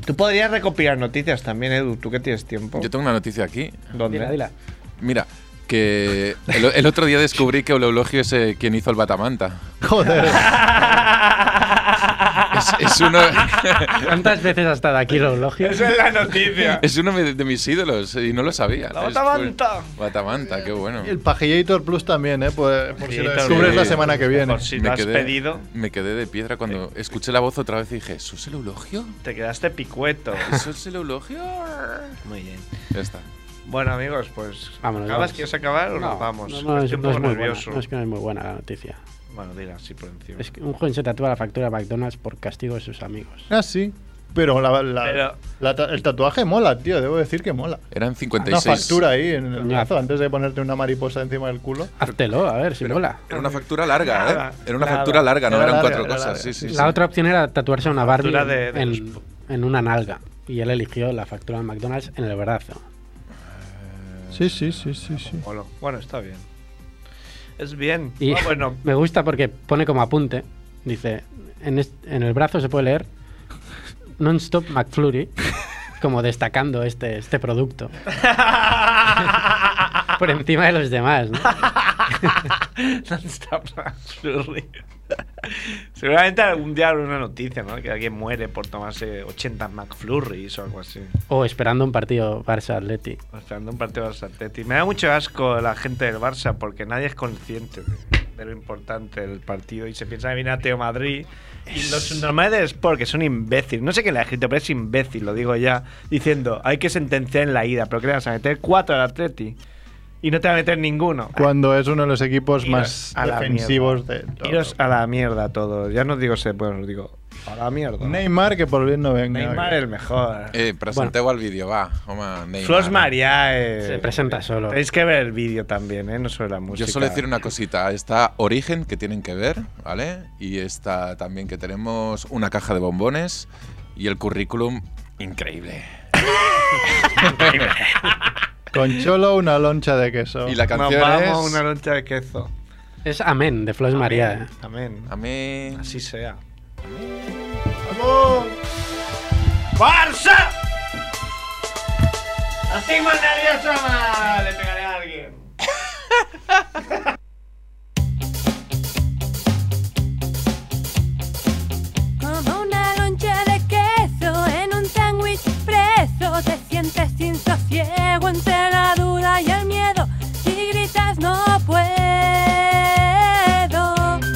A: Tú podrías recopilar noticias también, Edu. Tú que tienes tiempo.
C: Yo tengo una noticia aquí.
A: ¿Dónde? Dila, dila.
C: Mira, que el, el otro día descubrí que Eulogio es eh, quien hizo el Batamanta.
B: Joder.
C: Es, es uno,
E: ¿Cuántas veces has estado aquí, Logio?
A: Esa es la noticia.
C: es uno de, de mis ídolos y no lo sabía.
E: La
C: Es-
E: Batamanta.
C: Batamanta, qué bueno.
B: Y el Pagillator Plus también, ¿eh? Pues, por si lo descubres
C: Sí.
B: la semana que viene.
C: Me quedé de piedra cuando escuché la voz otra vez y dije, ¿eso es el Eulogio?
A: Te quedaste picueto.
C: ¿Eso es el Eulogio?
A: Muy bien.
C: Ya está.
A: Bueno, amigos, pues.
E: Vámonos,
A: ¿Acabas?
E: vamos.
A: ¿Quieres acabar o
E: No,
A: nos vamos?
E: No, no, es,
A: Estoy un
E: no es
A: poco
E: muy
A: nervioso.
E: Buena, no es que no es muy buena la noticia.
A: Bueno, dila así por encima.
E: Es que un joven se tatúa la factura de McDonald's por castigo de sus amigos.
B: Ah, sí. Pero, la- la-
A: Pero-
B: la ta- el tatuaje mola, tío. Debo decir que mola.
C: Eran
B: Una
C: 56.
B: factura ahí en el
E: Coño.
B: brazo antes de ponerte una mariposa encima del culo.
E: Háztelo, a ver si mola.
C: Era una factura larga, ¿eh?
B: Nada,
C: Era una
B: nada.
C: factura larga, no
B: Era
C: eran
B: larga,
C: cuatro
B: era
C: cosas.
B: larga.
C: Sí, sí, sí.
E: La otra opción era tatuarse una Barbie
A: Factura de- de
E: en, en una nalga. Y él eligió la factura de McDonald's en el brazo.
B: Sí, sí, sí, sí, sí.
A: Hola. Bueno, está bien. Es bien.
E: Y
A: Ah, bueno,
E: me gusta porque pone como apunte, dice, en, est- en el brazo se puede leer Non-Stop McFlurry, como destacando este, este producto. Por encima de los demás, ¿no?
A: Non-stop McFlurry. Seguramente algún día habrá una noticia, ¿no? Que alguien muere por tomarse 80 McFlurries o algo así.
E: O esperando un partido Barça-Atleti.
A: Esperando un partido Barça Atleti. Me da mucho asco la gente del Barça porque nadie es consciente de, de lo importante del partido y se piensa que viene a Teo Madrid. Y los normales del Sport, que son imbéciles, no sé quién le ha escrito, pero es imbécil, lo digo ya, diciendo hay que sentenciar en la ida, pero que le vas a meter cuatro al Atleti y no te va a meter ninguno.
B: Cuando es uno de los equipos más
A: a la
B: defensivos de todo.
A: Iros a la mierda todos. Ya no os digo se pueden, os digo a la mierda.
B: Neymar, que por bien no venga.
A: Neymar es el mejor.
C: Eh, presenteu el vídeo, va. Home, Neymar.
A: Flos María. eh,
E: Se presenta solo.
A: Tenéis que ver el vídeo también, ¿eh? No solo la música.
C: Yo suelo decir una cosita. Está Origen, que tienen que ver, ¿vale? Y está también que tenemos una caja de bombones y el currículum increíble.
B: Con Cholo, una loncha de queso.
C: Y la
A: Nos
C: canción
A: vamos
C: es...
A: a una loncha de queso.
E: Es Amén, de Flores María. ¿eh?
A: Amén.
C: Amén.
A: Así sea.
B: ¡Vamos!
A: ¡Barça! Así mandaría a Le pegaré a alguien.
O: Como una loncha de queso en un sándwich preso, te sientes sin sosiego entre la duda y el miedo y gritas no puedo.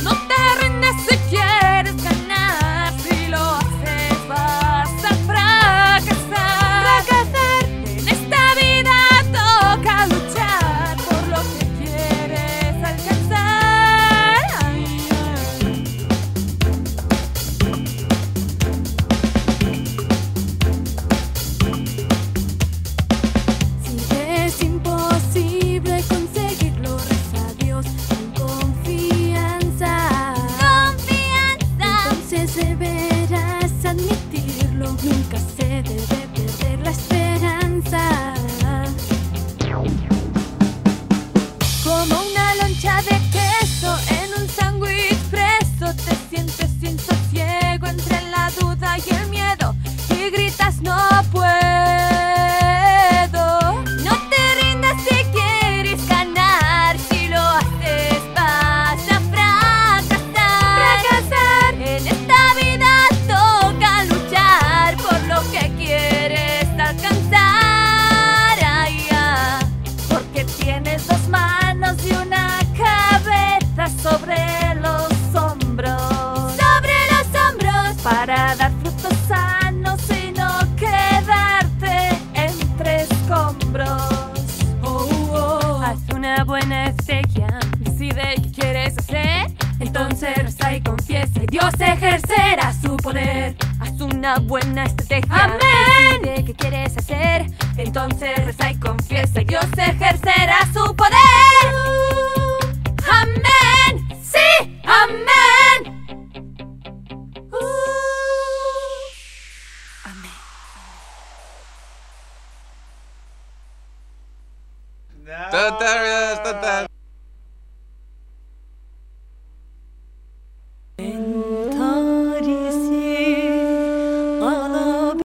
O: No te rindes si quieres ganar, si lo haces vas a fracasar. Fracasar en esta vida toca luchar por lo que quieres alcanzar. Ay, ay. Si es imposible conseguirlo, reza a Dios con confianza. Confianza. Entonces deberás admitirlo, nunca se debe perder la esperanza. Como una loncha de queso en un sándwich preso, te sientes sin sosiego entre la duda y el miedo y gritas no puedo. No te rindas si quieres ganar, si lo haces vas a fracasar. Fracasar en esta vida toca luchar por lo que quieres alcanzar. Ay, ah. Porque tienes dos manos y una cabeza sobre los hombros. Sobre los hombros. Para dar frutos sanos y no quedarte entre escombros. Oh, oh. Haz una buena estrella. Decide qué quieres hacer. Entonces reza y confiesa y Dios ejercerá su poder. Haz una una buena estrategia. Amén. Decide qué quieres hacer. Entonces reza y confiesa. y Dios ejercerá su poder. Amén. Sí. Amén.
C: Total, total,